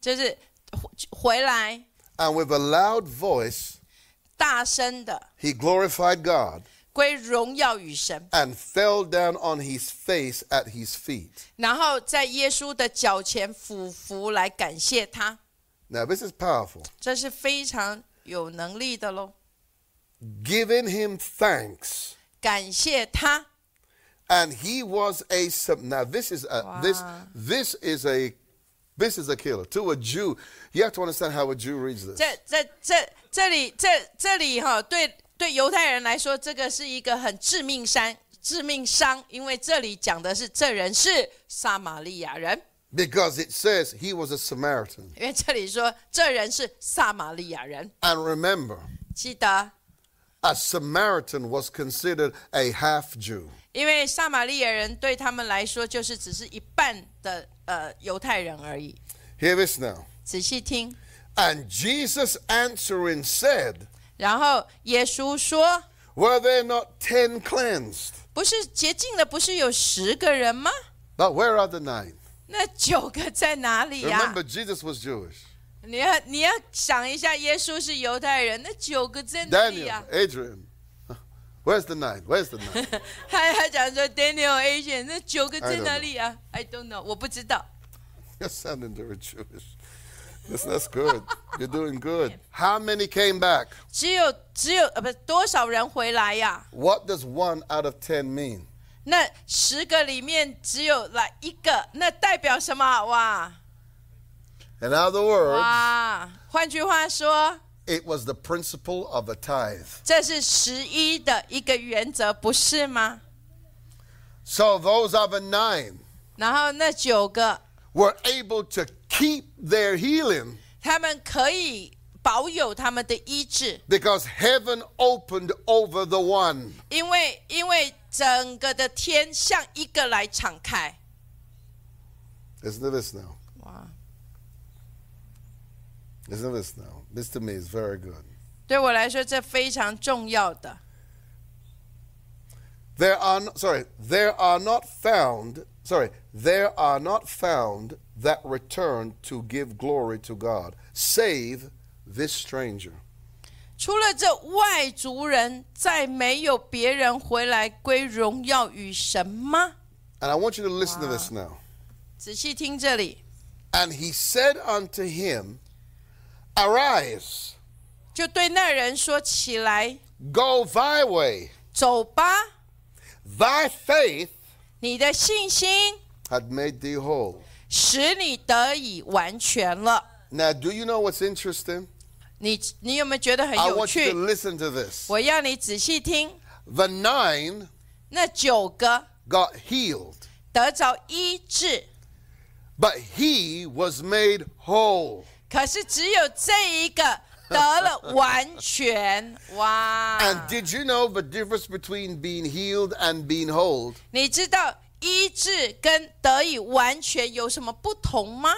[SPEAKER 1] 就是回回来，
[SPEAKER 2] and with a loud voice
[SPEAKER 1] 大声的
[SPEAKER 2] he glorified God
[SPEAKER 1] 归荣耀与神，
[SPEAKER 2] and fell down on his face at his feet.
[SPEAKER 1] 然后在耶稣的脚前俯伏来感谢他。
[SPEAKER 2] Now this is powerful.
[SPEAKER 1] 这是非常有能力的喽。
[SPEAKER 2] Giving him thanks
[SPEAKER 1] 感谢他，
[SPEAKER 2] and he was a sub. Now this is a this
[SPEAKER 1] Wow.
[SPEAKER 2] this is a this is a killer to a Jew. You have to understand how a Jew reads this.
[SPEAKER 1] 这这这这里这这里哈、对对犹太人来说，这个是一个很致命伤，致命伤，因为这里讲的是这人是撒玛利亚人，
[SPEAKER 2] Because it says he was a Samaritan.
[SPEAKER 1] 因为这里说这人是撒玛利亚人，
[SPEAKER 2] And remember,
[SPEAKER 1] 记得，
[SPEAKER 2] a Samaritan was considered a half Jew.
[SPEAKER 1] 因为撒玛利亚人对他们来说就是只是一半的呃犹太人而已。
[SPEAKER 2] Hear this now.
[SPEAKER 1] 仔细听，
[SPEAKER 2] And Jesus answering said,
[SPEAKER 1] 然后耶稣说
[SPEAKER 2] Were there not ten cleansed?：“
[SPEAKER 1] 不是洁净的，不是有十个人吗？
[SPEAKER 2] But where are the nine?
[SPEAKER 1] 那九个在哪里呀、
[SPEAKER 2] Remember, Jesus was Jewish.
[SPEAKER 1] 你要你要想一下，耶稣是犹太人，那九个在哪里
[SPEAKER 2] Daniel,
[SPEAKER 1] 呀、
[SPEAKER 2] Adrian. Where's the nine? Where's the nine?
[SPEAKER 1] 他他讲说 Daniel Asian，那九个在哪里呀、i don't know，我不知道。
[SPEAKER 2] You're sounding very Jewish. That's, that's good. You're doing good. How many came back?
[SPEAKER 1] 只有只有呃不多少人回来呀、
[SPEAKER 2] What does one out of ten mean?
[SPEAKER 1] 那十个里面只有来一个，那代表什么？哇
[SPEAKER 2] In other words,
[SPEAKER 1] 哇！换句话说，
[SPEAKER 2] it was the principle of a tithe.
[SPEAKER 1] 这是十一的一个原则，不是吗？
[SPEAKER 2] So those other nine
[SPEAKER 1] 然后那九个，
[SPEAKER 2] were able to keep their healing
[SPEAKER 1] 他们可以保有他们的医治。
[SPEAKER 2] because heaven opened over the one.
[SPEAKER 1] 因为因为整个的天像一个来敞开。
[SPEAKER 2] Listen to this now.
[SPEAKER 1] 哇，
[SPEAKER 2] Listen to this now. This to me is very good.
[SPEAKER 1] 对我来说这非常重要的。
[SPEAKER 2] There are no, sorry, there are not found, sorry, there are not found that return to give glory to God, save this stranger.
[SPEAKER 1] 除了这外族人，再没有别人回来归荣耀与神吗？
[SPEAKER 2] And I want you to listen to this now.
[SPEAKER 1] 仔细听这里，
[SPEAKER 2] And he said unto him, Arise,
[SPEAKER 1] 就对那人说起来，
[SPEAKER 2] go thy way,
[SPEAKER 1] 走吧，
[SPEAKER 2] thy faith
[SPEAKER 1] 你的信心
[SPEAKER 2] had made thee whole.
[SPEAKER 1] 使你得以完全了。
[SPEAKER 2] Now, do you know what's interesting?
[SPEAKER 1] 你你有没有啊觉得很
[SPEAKER 2] I
[SPEAKER 1] 有
[SPEAKER 2] want you to
[SPEAKER 1] 趣？
[SPEAKER 2] listen to this.
[SPEAKER 1] 我要你仔细听，
[SPEAKER 2] The nine
[SPEAKER 1] 那九个
[SPEAKER 2] got healed,
[SPEAKER 1] 得着医治。
[SPEAKER 2] but he was made whole.
[SPEAKER 1] 可是只有这一个得了完全
[SPEAKER 2] And
[SPEAKER 1] 哇！
[SPEAKER 2] did you know the difference between being healed and being whole?
[SPEAKER 1] 你知道医治跟得以完全有什么不同吗？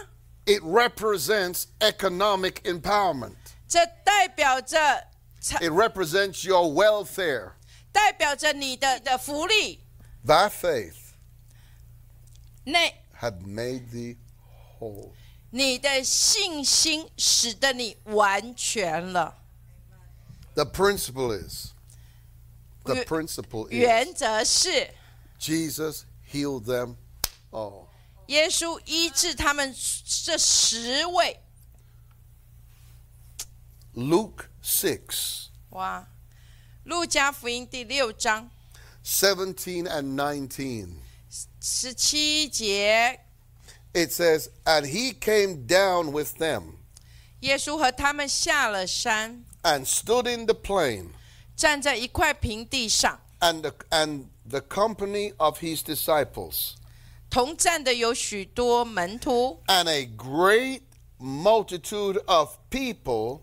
[SPEAKER 2] It represents economic empowerment.
[SPEAKER 1] 这代表着财，
[SPEAKER 2] It represents your welfare.
[SPEAKER 1] 代表着你的的福利。
[SPEAKER 2] Thy faith
[SPEAKER 1] 那
[SPEAKER 2] had made thee whole.
[SPEAKER 1] 你的信心使得你完全了。
[SPEAKER 2] The principle is, the
[SPEAKER 1] Ye-
[SPEAKER 2] principle is,
[SPEAKER 1] 原则是
[SPEAKER 2] Jesus healed them all.
[SPEAKER 1] 耶稣医治他们这十位
[SPEAKER 2] Luke 6,
[SPEAKER 1] 哇！路加福音第六章
[SPEAKER 2] 17 and 19.
[SPEAKER 1] 十七节
[SPEAKER 2] It says, And he came down with them
[SPEAKER 1] 耶稣和他们下了山，
[SPEAKER 2] and stood in the plain.
[SPEAKER 1] 站在一块平地上，
[SPEAKER 2] and the, and the company of his disciples,
[SPEAKER 1] 同站的有许多门徒，
[SPEAKER 2] and a great multitude of people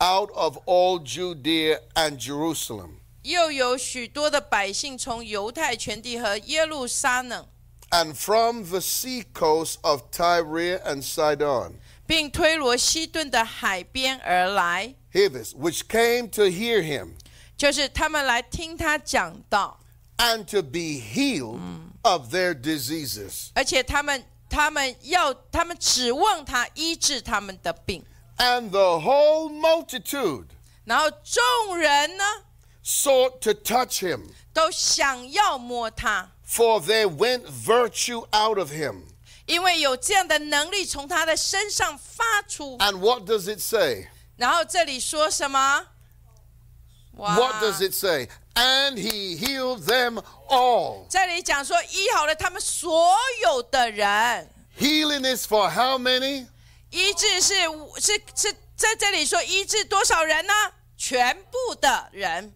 [SPEAKER 2] out of all Judea and Jerusalem,
[SPEAKER 1] 又有许多的百姓从犹太全地和耶路撒冷，
[SPEAKER 2] and from the seacoast of Tyre and Sidon,
[SPEAKER 1] 并推罗西顿的海边而来，
[SPEAKER 2] hear this, which came to hear him
[SPEAKER 1] 就是他们来听他讲道，
[SPEAKER 2] and to be healed of their diseases.
[SPEAKER 1] 而且他们他们要他们指望他医治他们的病，
[SPEAKER 2] And the whole multitude
[SPEAKER 1] 然后众人呢
[SPEAKER 2] sought to touch him,
[SPEAKER 1] 都想要摸他，
[SPEAKER 2] for there went virtue out of him.
[SPEAKER 1] 因为有这样的能力从他的身上发出。
[SPEAKER 2] And what does it say?
[SPEAKER 1] 然后这里说什么？哇
[SPEAKER 2] What does it say? and he healed them all.
[SPEAKER 1] 这里讲说医好了他们所有的人，
[SPEAKER 2] Healing is for how many?
[SPEAKER 1] 医治是是是在这里说医治多少人呢？全部的人，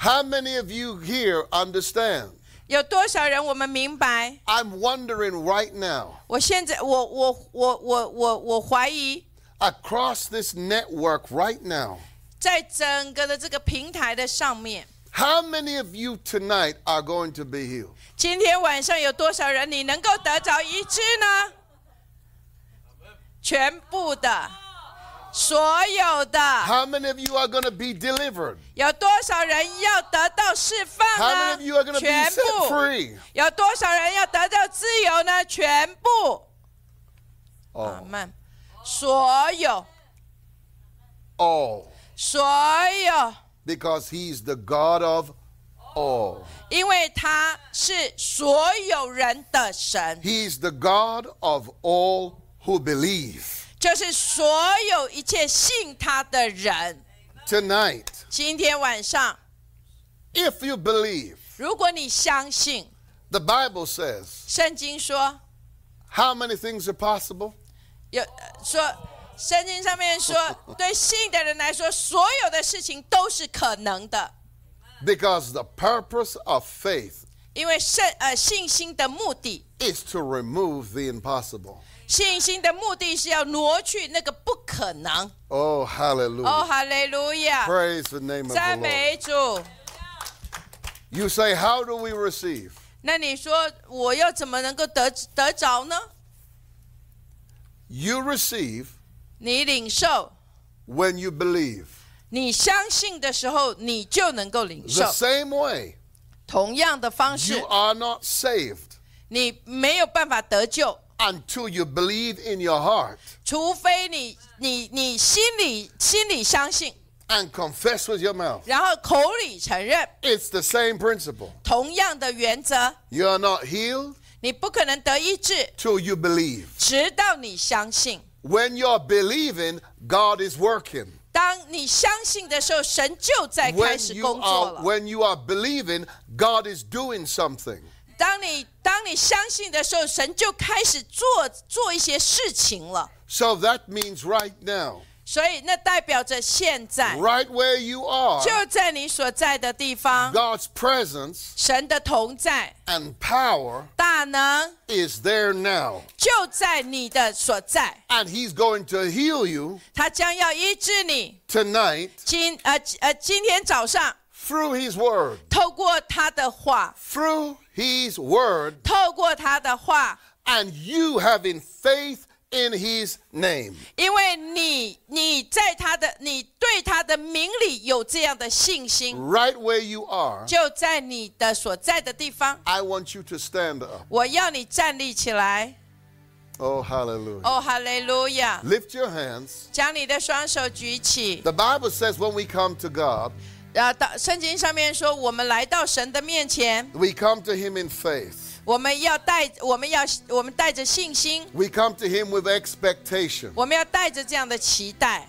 [SPEAKER 2] How many of you here understand?
[SPEAKER 1] 有多少人我们明白？
[SPEAKER 2] I'm wondering right now,
[SPEAKER 1] 我现在我我我我我我怀疑，
[SPEAKER 2] across this network right now,
[SPEAKER 1] 在整个的这个平台的上面，
[SPEAKER 2] how many of you tonight are going to be healed?
[SPEAKER 1] 今天晚上有多少人你能够得着医治呢？全部的，所有的，
[SPEAKER 2] How many of you are going to be delivered?
[SPEAKER 1] 有多少人要得到释放
[SPEAKER 2] How many of you are going
[SPEAKER 1] 呢？
[SPEAKER 2] to be
[SPEAKER 1] 全
[SPEAKER 2] set
[SPEAKER 1] 部。
[SPEAKER 2] free?
[SPEAKER 1] 有多少人要得到自由呢？全部。阿
[SPEAKER 2] All.
[SPEAKER 1] 门。所有，
[SPEAKER 2] all.
[SPEAKER 1] 所有，
[SPEAKER 2] Because he's the God of all.
[SPEAKER 1] 因为他是所有人的神，
[SPEAKER 2] He's the God of all who believe.
[SPEAKER 1] 就是所有一切信他的人。
[SPEAKER 2] Tonight,
[SPEAKER 1] 今天晚上，
[SPEAKER 2] if you believe,
[SPEAKER 1] 如果你相信，
[SPEAKER 2] the Bible says,
[SPEAKER 1] 圣经说
[SPEAKER 2] how many things are possible?
[SPEAKER 1] 有呃说，圣经上面 说，对信的人来说，所有的事情都是可能的，
[SPEAKER 2] Because the purpose of faith
[SPEAKER 1] 因为圣呃信心的目的
[SPEAKER 2] is to remove the impossible.
[SPEAKER 1] 信心的目的是要挪去那个不可能。
[SPEAKER 2] Oh, hallelujah.
[SPEAKER 1] 哦，哈利路亚，
[SPEAKER 2] Praise the name of
[SPEAKER 1] 赞
[SPEAKER 2] the Lord.
[SPEAKER 1] 美主。
[SPEAKER 2] You say, how do we receive?
[SPEAKER 1] 那你说我要怎么能够得得着呢？
[SPEAKER 2] You receive
[SPEAKER 1] 你领受，
[SPEAKER 2] when you believe.
[SPEAKER 1] 你相信的时候，你就能够领
[SPEAKER 2] The
[SPEAKER 1] 受。
[SPEAKER 2] same way,
[SPEAKER 1] 同样的方
[SPEAKER 2] you
[SPEAKER 1] 式，
[SPEAKER 2] are not saved
[SPEAKER 1] 你没有办法得救，
[SPEAKER 2] until you believe in your heart
[SPEAKER 1] 除非你你你心里心里相信，
[SPEAKER 2] and confess with your mouth.
[SPEAKER 1] 然后口里承认。
[SPEAKER 2] It's the same principle.
[SPEAKER 1] 同样的原则，
[SPEAKER 2] You are not healed
[SPEAKER 1] 你不可能得医治，
[SPEAKER 2] till you believe.
[SPEAKER 1] 直到你相信。
[SPEAKER 2] When you're believing, God is working.
[SPEAKER 1] 当你相信的时候，神就在开
[SPEAKER 2] When
[SPEAKER 1] 始
[SPEAKER 2] you
[SPEAKER 1] 工作
[SPEAKER 2] are
[SPEAKER 1] 了。
[SPEAKER 2] when you are believing, God is doing something.
[SPEAKER 1] 当你当你相信的时候，神就开始做做一些事情了。
[SPEAKER 2] So that means right now,
[SPEAKER 1] 所以那代表着现在
[SPEAKER 2] right where you are,
[SPEAKER 1] 就在你所在的地方，
[SPEAKER 2] God's presence
[SPEAKER 1] 神的同在、
[SPEAKER 2] and power
[SPEAKER 1] 大能
[SPEAKER 2] is there now.
[SPEAKER 1] 就在你的所在，
[SPEAKER 2] And he's going to heal you
[SPEAKER 1] 他将要医治你。
[SPEAKER 2] tonight
[SPEAKER 1] 今呃呃，今天早上
[SPEAKER 2] through his word.
[SPEAKER 1] 透过他的话，
[SPEAKER 2] Through his word
[SPEAKER 1] 透过他的话，
[SPEAKER 2] and you having faith in his name.
[SPEAKER 1] 因为你你在他的你对他的名里有这样的信心，
[SPEAKER 2] Right where you are,
[SPEAKER 1] 就在你的所在的地方。
[SPEAKER 2] I want you to stand up.
[SPEAKER 1] 我要你站立起来。
[SPEAKER 2] Oh, hallelujah.
[SPEAKER 1] 哦，哈利路亚！
[SPEAKER 2] Lift your hands.
[SPEAKER 1] 将你的双手举起。
[SPEAKER 2] The Bible says when we come to God,
[SPEAKER 1] 呃，到圣经上面说，我们来到神的面前，
[SPEAKER 2] we come to him in faith.
[SPEAKER 1] 我们要带，我们要，我们带着信心，
[SPEAKER 2] We come to him with expectation.
[SPEAKER 1] 我们要带着这样的期待。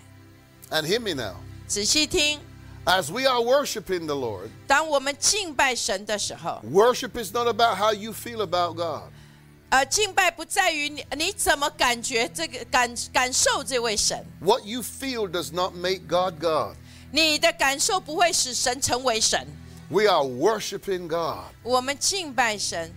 [SPEAKER 2] And hear me now.
[SPEAKER 1] 仔细听，
[SPEAKER 2] As we are worshiping the Lord,
[SPEAKER 1] 当我们敬拜神的时候，
[SPEAKER 2] worship is not about how you feel about God.
[SPEAKER 1] 呃，敬拜不在于你你怎么感觉这个感感受这位神，
[SPEAKER 2] What you feel does not make God God.
[SPEAKER 1] 你的感受不会使神成为神。
[SPEAKER 2] We are worshiping God.
[SPEAKER 1] 我们敬拜神，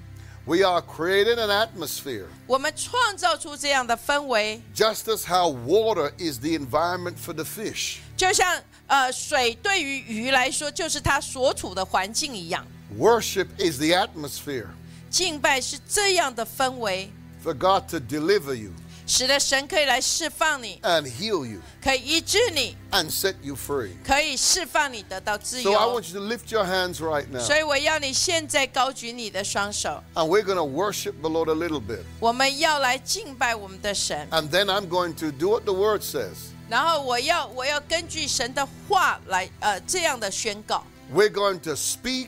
[SPEAKER 2] We are creating an atmosphere,
[SPEAKER 1] 我们创造出这样的氛围，
[SPEAKER 2] just as how water is the environment for the fish.
[SPEAKER 1] 就像呃水对于鱼来说就是它所处的环境一样，
[SPEAKER 2] Worship is the atmosphere
[SPEAKER 1] 敬拜是这样的氛围，
[SPEAKER 2] for God to deliver you
[SPEAKER 1] 使得神可以来释放你，
[SPEAKER 2] and heal you
[SPEAKER 1] 可以医治你，
[SPEAKER 2] and set you free.
[SPEAKER 1] 可以释放你得到自
[SPEAKER 2] So I
[SPEAKER 1] 由。
[SPEAKER 2] want you to lift your hands right now.
[SPEAKER 1] 所以我要你现在高举你的双手，
[SPEAKER 2] And we're going to worship the Lord a little bit.
[SPEAKER 1] 我们要来敬拜我们的神，
[SPEAKER 2] And then I'm going to do what the word says.
[SPEAKER 1] 然后我要我要根据神的话来呃这样的宣告，
[SPEAKER 2] We're going to speak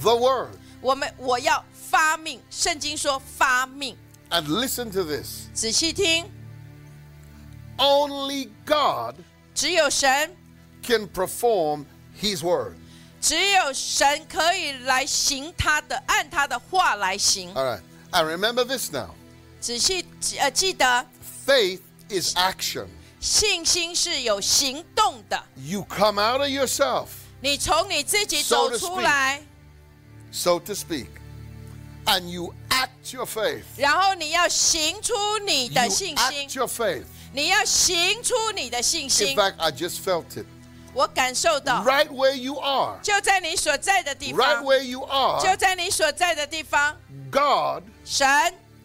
[SPEAKER 2] the word.
[SPEAKER 1] 我们我要发命，圣经说发命，
[SPEAKER 2] And listen to this.
[SPEAKER 1] 仔细听，
[SPEAKER 2] Only God
[SPEAKER 1] 只有神
[SPEAKER 2] can perform his word.
[SPEAKER 1] 只有神可以来行他的，按他的话来行。
[SPEAKER 2] All right. And remember this now
[SPEAKER 1] 仔细记呃记得，
[SPEAKER 2] faith is action.
[SPEAKER 1] 信心是有行动的。
[SPEAKER 2] You come out of yourself,
[SPEAKER 1] 你从你自己
[SPEAKER 2] So
[SPEAKER 1] 走
[SPEAKER 2] to
[SPEAKER 1] 出
[SPEAKER 2] speak.
[SPEAKER 1] 来，
[SPEAKER 2] so to speak, and you act your faith.
[SPEAKER 1] 然后你要行出你
[SPEAKER 2] You
[SPEAKER 1] 的信心
[SPEAKER 2] act，your faith.
[SPEAKER 1] 你要行出你的信
[SPEAKER 2] In
[SPEAKER 1] 心。
[SPEAKER 2] fact, I just felt it.
[SPEAKER 1] 我感受到，
[SPEAKER 2] Right where you are,
[SPEAKER 1] 就在你所在的地
[SPEAKER 2] right
[SPEAKER 1] 方，
[SPEAKER 2] where you
[SPEAKER 1] 就
[SPEAKER 2] are,
[SPEAKER 1] 在你所在的地方，
[SPEAKER 2] God
[SPEAKER 1] 神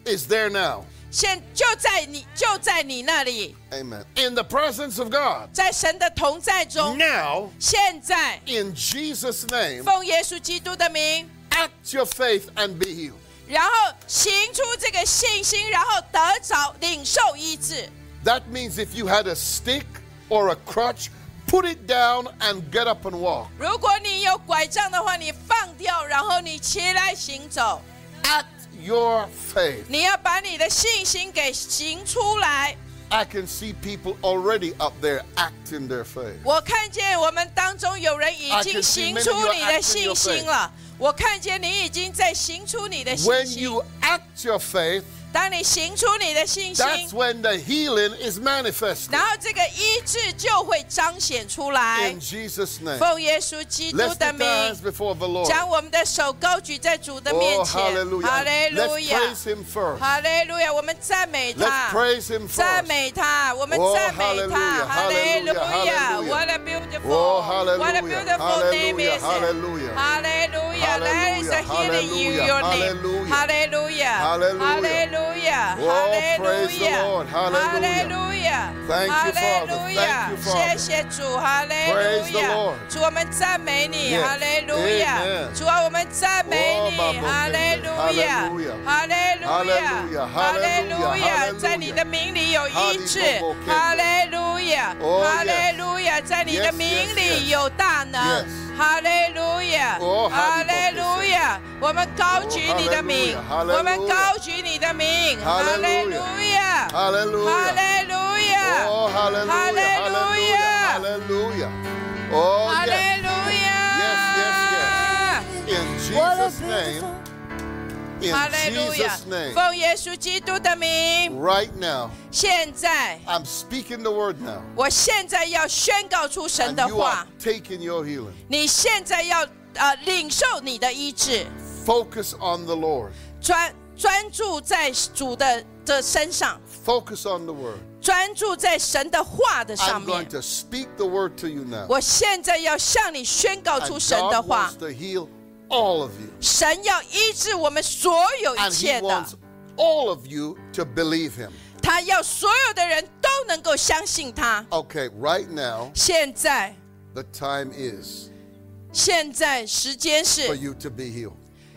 [SPEAKER 2] is there now.
[SPEAKER 1] 现就在你就在你那里，
[SPEAKER 2] Amen. In the presence of God.
[SPEAKER 1] 在神的同在中。
[SPEAKER 2] Now,
[SPEAKER 1] 现在，
[SPEAKER 2] in Jesus' name,
[SPEAKER 1] 奉耶稣基督的名，
[SPEAKER 2] act your faith and be healed.
[SPEAKER 1] 然后行出这个信心，然后得着领受医治。
[SPEAKER 2] That means if you had a stick or a crutch, put it down and get up and walk.
[SPEAKER 1] 如果你有拐杖的话，你放掉，然后你起来行走。
[SPEAKER 2] Act your faith.
[SPEAKER 1] 你要把你的信心给行出来。
[SPEAKER 2] I can see people already up there acting their faith.
[SPEAKER 1] 我看见我们当中有人已经行出你的信心了，我看见你已经在行出你的
[SPEAKER 2] When
[SPEAKER 1] 信心。
[SPEAKER 2] you act your faith,
[SPEAKER 1] 当你行出你的信
[SPEAKER 2] that's
[SPEAKER 1] 心，
[SPEAKER 2] when the healing is manifested.
[SPEAKER 1] 然后这个医治就会彰显出来
[SPEAKER 2] In。Jesus' name.
[SPEAKER 1] 奉耶稣基督
[SPEAKER 2] Let's
[SPEAKER 1] 的
[SPEAKER 2] lift
[SPEAKER 1] 名，
[SPEAKER 2] our hands before the Lord.
[SPEAKER 1] 将我们的手高举在主的面
[SPEAKER 2] Oh,
[SPEAKER 1] 前。
[SPEAKER 2] hallelujah.
[SPEAKER 1] 哈利
[SPEAKER 2] Let's
[SPEAKER 1] 路亚，
[SPEAKER 2] praise Him first.
[SPEAKER 1] 哈利路亚！我们赞美
[SPEAKER 2] Let's
[SPEAKER 1] 他。
[SPEAKER 2] praise Him
[SPEAKER 1] 赞
[SPEAKER 2] first.
[SPEAKER 1] 美他，我们
[SPEAKER 2] Oh,
[SPEAKER 1] 赞美他，
[SPEAKER 2] hallelujah,
[SPEAKER 1] 哈利路
[SPEAKER 2] hallelujah, hallelujah.
[SPEAKER 1] What a beautiful,
[SPEAKER 2] Oh,
[SPEAKER 1] what a
[SPEAKER 2] hallelujah,
[SPEAKER 1] beautiful name
[SPEAKER 2] hallelujah,
[SPEAKER 1] is
[SPEAKER 2] hallelujah.
[SPEAKER 1] it. Hallelujah, that is a healing you,
[SPEAKER 2] Hallelujah,
[SPEAKER 1] your name. Hallelujah, hallelujah,
[SPEAKER 2] hallelujah, Oh, praise the Lord,
[SPEAKER 1] hallelujah,
[SPEAKER 2] hallelujah. Thank you, Father, thank you, Father.
[SPEAKER 1] 谢谢主，哈利
[SPEAKER 2] Praise
[SPEAKER 1] 路
[SPEAKER 2] the
[SPEAKER 1] 亚
[SPEAKER 2] Lord.，
[SPEAKER 1] 主我们赞美你，
[SPEAKER 2] Yes,
[SPEAKER 1] 哈利路亚
[SPEAKER 2] amen.，
[SPEAKER 1] 主啊我们赞美
[SPEAKER 2] Oh,
[SPEAKER 1] 你
[SPEAKER 2] Baba,，
[SPEAKER 1] 哈利路亚
[SPEAKER 2] hallelujah.，
[SPEAKER 1] 哈利路亚
[SPEAKER 2] Hallelujah,，
[SPEAKER 1] 哈利
[SPEAKER 2] hallelujah,
[SPEAKER 1] 路亚，在你
[SPEAKER 2] hallelujah.
[SPEAKER 1] 的名里有医治
[SPEAKER 2] Hallelujah.，
[SPEAKER 1] 哈利路亚，
[SPEAKER 2] Oh,
[SPEAKER 1] 哈利路亚，在你的
[SPEAKER 2] Yes,
[SPEAKER 1] 名
[SPEAKER 2] yes, yes.
[SPEAKER 1] 里有大能
[SPEAKER 2] Yes.，
[SPEAKER 1] 哈利路亚，
[SPEAKER 2] Oh,
[SPEAKER 1] 哈利
[SPEAKER 2] hallelujah.
[SPEAKER 1] 路亚，我们高举你的名
[SPEAKER 2] Oh,，hallelujah,
[SPEAKER 1] 我们高举你的名，哈
[SPEAKER 2] Hallelujah.
[SPEAKER 1] 利路亚，哈
[SPEAKER 2] Hallelujah.
[SPEAKER 1] 利路亚。
[SPEAKER 2] Oh, hallelujah. Hallelujah. Hallelujah. Oh, yes.
[SPEAKER 1] 哈
[SPEAKER 2] Yes,
[SPEAKER 1] 利路
[SPEAKER 2] In
[SPEAKER 1] 亚！
[SPEAKER 2] Jesus' name. In
[SPEAKER 1] 哈利路亚
[SPEAKER 2] Jesus'！name.
[SPEAKER 1] 奉耶稣基督的名，
[SPEAKER 2] Right now.
[SPEAKER 1] 现在，
[SPEAKER 2] I'm speaking the word now.
[SPEAKER 1] 我现在要宣告出神
[SPEAKER 2] And
[SPEAKER 1] 的
[SPEAKER 2] you are
[SPEAKER 1] 话，
[SPEAKER 2] taking your healing.
[SPEAKER 1] 你现在要呃领受你的医治，
[SPEAKER 2] Focus on the Lord.
[SPEAKER 1] 专专注在主的的身上，
[SPEAKER 2] Focus on the word.
[SPEAKER 1] 专注在神的话的上
[SPEAKER 2] I'm going
[SPEAKER 1] 面。
[SPEAKER 2] to speak the word to you now.
[SPEAKER 1] 我现在要向你宣告
[SPEAKER 2] And
[SPEAKER 1] 出神的
[SPEAKER 2] God
[SPEAKER 1] 话
[SPEAKER 2] wants，to heal all of you.
[SPEAKER 1] 神要医治我们所有一
[SPEAKER 2] And He
[SPEAKER 1] 切的，
[SPEAKER 2] wants all of you to believe Him.
[SPEAKER 1] 他要所有的人都能够相信他。
[SPEAKER 2] Okay, right now,
[SPEAKER 1] 现在，
[SPEAKER 2] the time is
[SPEAKER 1] 现在时间
[SPEAKER 2] for
[SPEAKER 1] 是
[SPEAKER 2] you to be healed.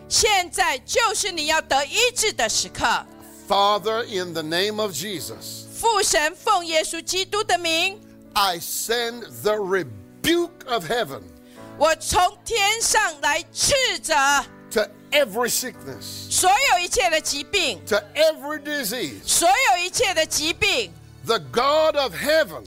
[SPEAKER 1] 现在，就是你要得医治的时刻。
[SPEAKER 2] Father, in the name of Jesus,
[SPEAKER 1] 父神奉耶稣基督的名，
[SPEAKER 2] I send the rebuke of heaven
[SPEAKER 1] 我从天上来斥责
[SPEAKER 2] to every sickness,
[SPEAKER 1] 所有一切的疾病，
[SPEAKER 2] to every disease.
[SPEAKER 1] 所有一切的疾病，
[SPEAKER 2] The God of heaven,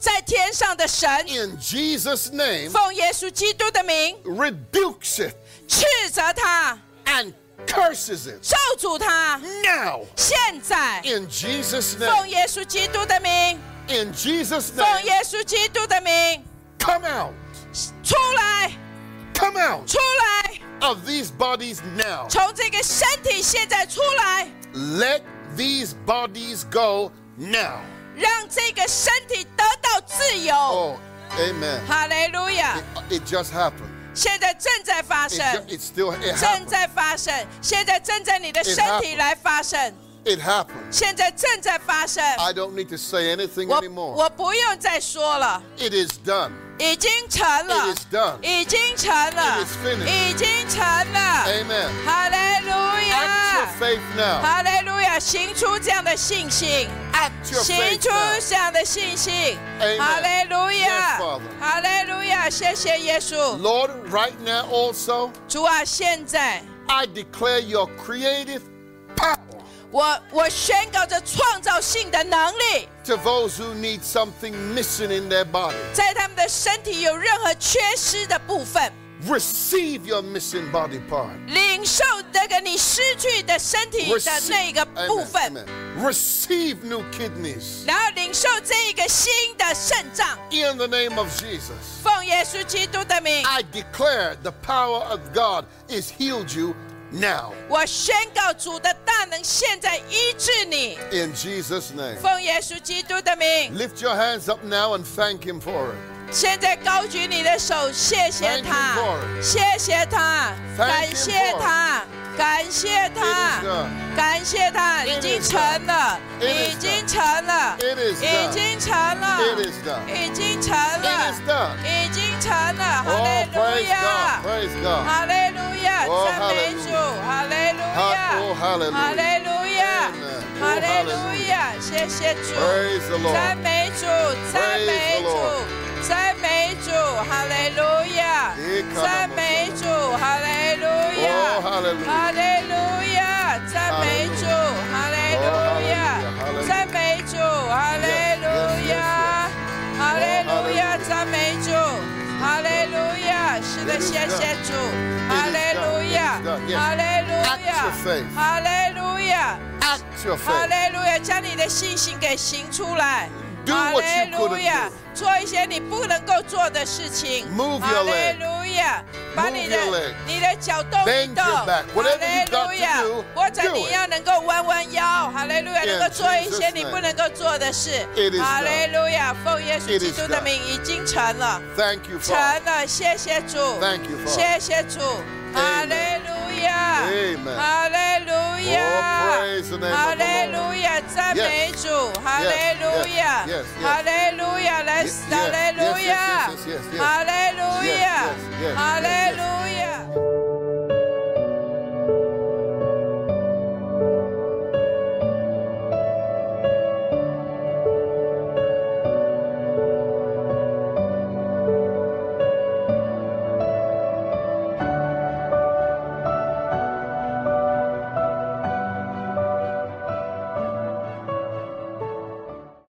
[SPEAKER 1] 在天上的神
[SPEAKER 2] in Jesus' name,
[SPEAKER 1] 奉耶稣基督的名
[SPEAKER 2] rebukes it
[SPEAKER 1] 斥责他，
[SPEAKER 2] and curses it
[SPEAKER 1] 咒诅他。
[SPEAKER 2] now.
[SPEAKER 1] 现在，
[SPEAKER 2] In Jesus'
[SPEAKER 1] 奉
[SPEAKER 2] name,
[SPEAKER 1] 耶稣基督的名，
[SPEAKER 2] in Jesus'
[SPEAKER 1] 奉
[SPEAKER 2] name,
[SPEAKER 1] 耶稣基督的名，
[SPEAKER 2] come out,
[SPEAKER 1] 出来，
[SPEAKER 2] come out
[SPEAKER 1] 出来。
[SPEAKER 2] of these bodies now.
[SPEAKER 1] 从这个身体现在出来，
[SPEAKER 2] Let these bodies go now.
[SPEAKER 1] 让这个身体得到自由。
[SPEAKER 2] Oh, amen.
[SPEAKER 1] 哈利路亚！
[SPEAKER 2] It just happened.
[SPEAKER 1] 现在正在发
[SPEAKER 2] It,
[SPEAKER 1] 生，
[SPEAKER 2] ju- it still it
[SPEAKER 1] 正
[SPEAKER 2] happened.
[SPEAKER 1] 在发生，现在正在你的身体来发生，
[SPEAKER 2] It happened.
[SPEAKER 1] 现在正在发生。
[SPEAKER 2] I don't need to say anything
[SPEAKER 1] 我
[SPEAKER 2] anymore.
[SPEAKER 1] 我不用再说了，
[SPEAKER 2] It is done.
[SPEAKER 1] 已经成了
[SPEAKER 2] It is，done.
[SPEAKER 1] 已经成了
[SPEAKER 2] It is finished.，
[SPEAKER 1] 已经成了。
[SPEAKER 2] Amen.
[SPEAKER 1] 哈利路
[SPEAKER 2] Act
[SPEAKER 1] 亚！
[SPEAKER 2] your faith now.
[SPEAKER 1] 哈利路亚！行出这样的信心。
[SPEAKER 2] Act your
[SPEAKER 1] 行
[SPEAKER 2] faith
[SPEAKER 1] 出
[SPEAKER 2] now.
[SPEAKER 1] 这样的信心，
[SPEAKER 2] Amen.
[SPEAKER 1] 哈利路
[SPEAKER 2] Yes,
[SPEAKER 1] 亚
[SPEAKER 2] Father.，
[SPEAKER 1] 哈利路亚，谢谢耶稣，
[SPEAKER 2] Lord, right now also,
[SPEAKER 1] 主啊，现在
[SPEAKER 2] I declare your creative power
[SPEAKER 1] 我我宣告着创造性的能力，
[SPEAKER 2] to those who need something missing in their body.
[SPEAKER 1] 在他们的身体有任何缺失的部分，
[SPEAKER 2] Receive your missing body part.
[SPEAKER 1] 领受这个你失去的身体的那个
[SPEAKER 2] Amen,
[SPEAKER 1] 部分，
[SPEAKER 2] amen. Receive new kidneys
[SPEAKER 1] 然后领受这一个新的肾脏。
[SPEAKER 2] in the name of Jesus.
[SPEAKER 1] 奉耶稣基督的名，
[SPEAKER 2] I declare the power of God is healed you now
[SPEAKER 1] 我宣告主的大能现在医治你。
[SPEAKER 2] in Jesus' name.
[SPEAKER 1] 奉耶稣基督的名，
[SPEAKER 2] Lift your hands up now and thank Him for it.
[SPEAKER 1] 现在高举你的手，谢谢
[SPEAKER 2] 嗯 Thank you,
[SPEAKER 1] 他
[SPEAKER 2] Lord.，
[SPEAKER 1] 谢谢他，
[SPEAKER 2] Thank you,
[SPEAKER 1] 感谢他，感谢
[SPEAKER 2] It is done.
[SPEAKER 1] 他，感谢他，
[SPEAKER 2] It is
[SPEAKER 1] 已经成了，
[SPEAKER 2] It
[SPEAKER 1] 已
[SPEAKER 2] is done.
[SPEAKER 1] 经成了，
[SPEAKER 2] It is done.
[SPEAKER 1] 已经成了
[SPEAKER 2] It is done.
[SPEAKER 1] 已经成了
[SPEAKER 2] It is done.，
[SPEAKER 1] 已经成了，哈
[SPEAKER 2] Oh,
[SPEAKER 1] 利路
[SPEAKER 2] praise God.
[SPEAKER 1] 亚。
[SPEAKER 2] Praise God.
[SPEAKER 1] 哈利路亚，
[SPEAKER 2] Oh,
[SPEAKER 1] 赞美主，哈利路亚
[SPEAKER 2] Ha- oh,，hallelujah.
[SPEAKER 1] 哈利路亚
[SPEAKER 2] Amen. Oh,，
[SPEAKER 1] 哈利路亚，谢谢主，
[SPEAKER 2] Praise the Lord.
[SPEAKER 1] 赞美主，赞美
[SPEAKER 2] Praise the
[SPEAKER 1] 主
[SPEAKER 2] Lord.，
[SPEAKER 1] 赞美主，哈利路亚
[SPEAKER 2] Ikana，
[SPEAKER 1] 赞美主，哈利路亚
[SPEAKER 2] Oh, hallelujah.，
[SPEAKER 1] 哈利路亚，赞美主，哈利路
[SPEAKER 2] Oh, hallelujah.
[SPEAKER 1] 亚，赞美主，哈利
[SPEAKER 2] Yes, yes,
[SPEAKER 1] 路
[SPEAKER 2] yes,
[SPEAKER 1] 亚
[SPEAKER 2] yes.，
[SPEAKER 1] 哈利路
[SPEAKER 2] Oh,
[SPEAKER 1] 亚
[SPEAKER 2] hallelujah.，
[SPEAKER 1] 赞美主，哈利路亚，是的，
[SPEAKER 2] Oh, It is
[SPEAKER 1] 谢
[SPEAKER 2] done.
[SPEAKER 1] 谢主，哈利路
[SPEAKER 2] It is
[SPEAKER 1] 亚
[SPEAKER 2] done. It is
[SPEAKER 1] 哈利
[SPEAKER 2] done. Yes.，
[SPEAKER 1] 路
[SPEAKER 2] Act your faith.
[SPEAKER 1] 亚，哈利路亚，
[SPEAKER 2] Act your
[SPEAKER 1] 哈
[SPEAKER 2] faith.
[SPEAKER 1] 利路亚，将你的信心给行出来。
[SPEAKER 2] Do
[SPEAKER 1] 哈
[SPEAKER 2] what you
[SPEAKER 1] 利路亚
[SPEAKER 2] couldn't，
[SPEAKER 1] 做一些你不能够做的事情。
[SPEAKER 2] Move
[SPEAKER 1] 哈
[SPEAKER 2] your
[SPEAKER 1] 利
[SPEAKER 2] leg.
[SPEAKER 1] 路亚，把你的
[SPEAKER 2] Move your leg.
[SPEAKER 1] 你的脚动一
[SPEAKER 2] Bend
[SPEAKER 1] 动。
[SPEAKER 2] your back.
[SPEAKER 1] 哈
[SPEAKER 2] Whatever
[SPEAKER 1] 利
[SPEAKER 2] you got to
[SPEAKER 1] 路亚
[SPEAKER 2] do,，
[SPEAKER 1] 或者
[SPEAKER 2] do
[SPEAKER 1] 你
[SPEAKER 2] it.
[SPEAKER 1] 要能够弯弯腰。哈利路亚，
[SPEAKER 2] In
[SPEAKER 1] 能够做一些
[SPEAKER 2] Jesus'
[SPEAKER 1] 你
[SPEAKER 2] name.
[SPEAKER 1] 不能够做的事
[SPEAKER 2] It is done.。
[SPEAKER 1] 哈利路亚，奉耶稣
[SPEAKER 2] It
[SPEAKER 1] 基
[SPEAKER 2] is
[SPEAKER 1] 督的
[SPEAKER 2] done.
[SPEAKER 1] 名，已经成了。
[SPEAKER 2] Thank you,
[SPEAKER 1] 成
[SPEAKER 2] Father.
[SPEAKER 1] 了，谢谢主
[SPEAKER 2] Thank you, Father.
[SPEAKER 1] 谢谢主，哈利路亚
[SPEAKER 2] Amen.，
[SPEAKER 1] 哈利路亚
[SPEAKER 2] Oh, praise the name of the Lord.，
[SPEAKER 1] 哈利路亚，赞美主，哈利路亚
[SPEAKER 2] yes, yes,，
[SPEAKER 1] 哈利路亚，来
[SPEAKER 2] Yes, yes,
[SPEAKER 1] 哈利路亚
[SPEAKER 2] yes, yes, yes, yes, yes.，
[SPEAKER 1] 哈利路
[SPEAKER 2] Yes, yes, yes,
[SPEAKER 1] 亚
[SPEAKER 2] yes,，
[SPEAKER 1] 哈利
[SPEAKER 2] yes,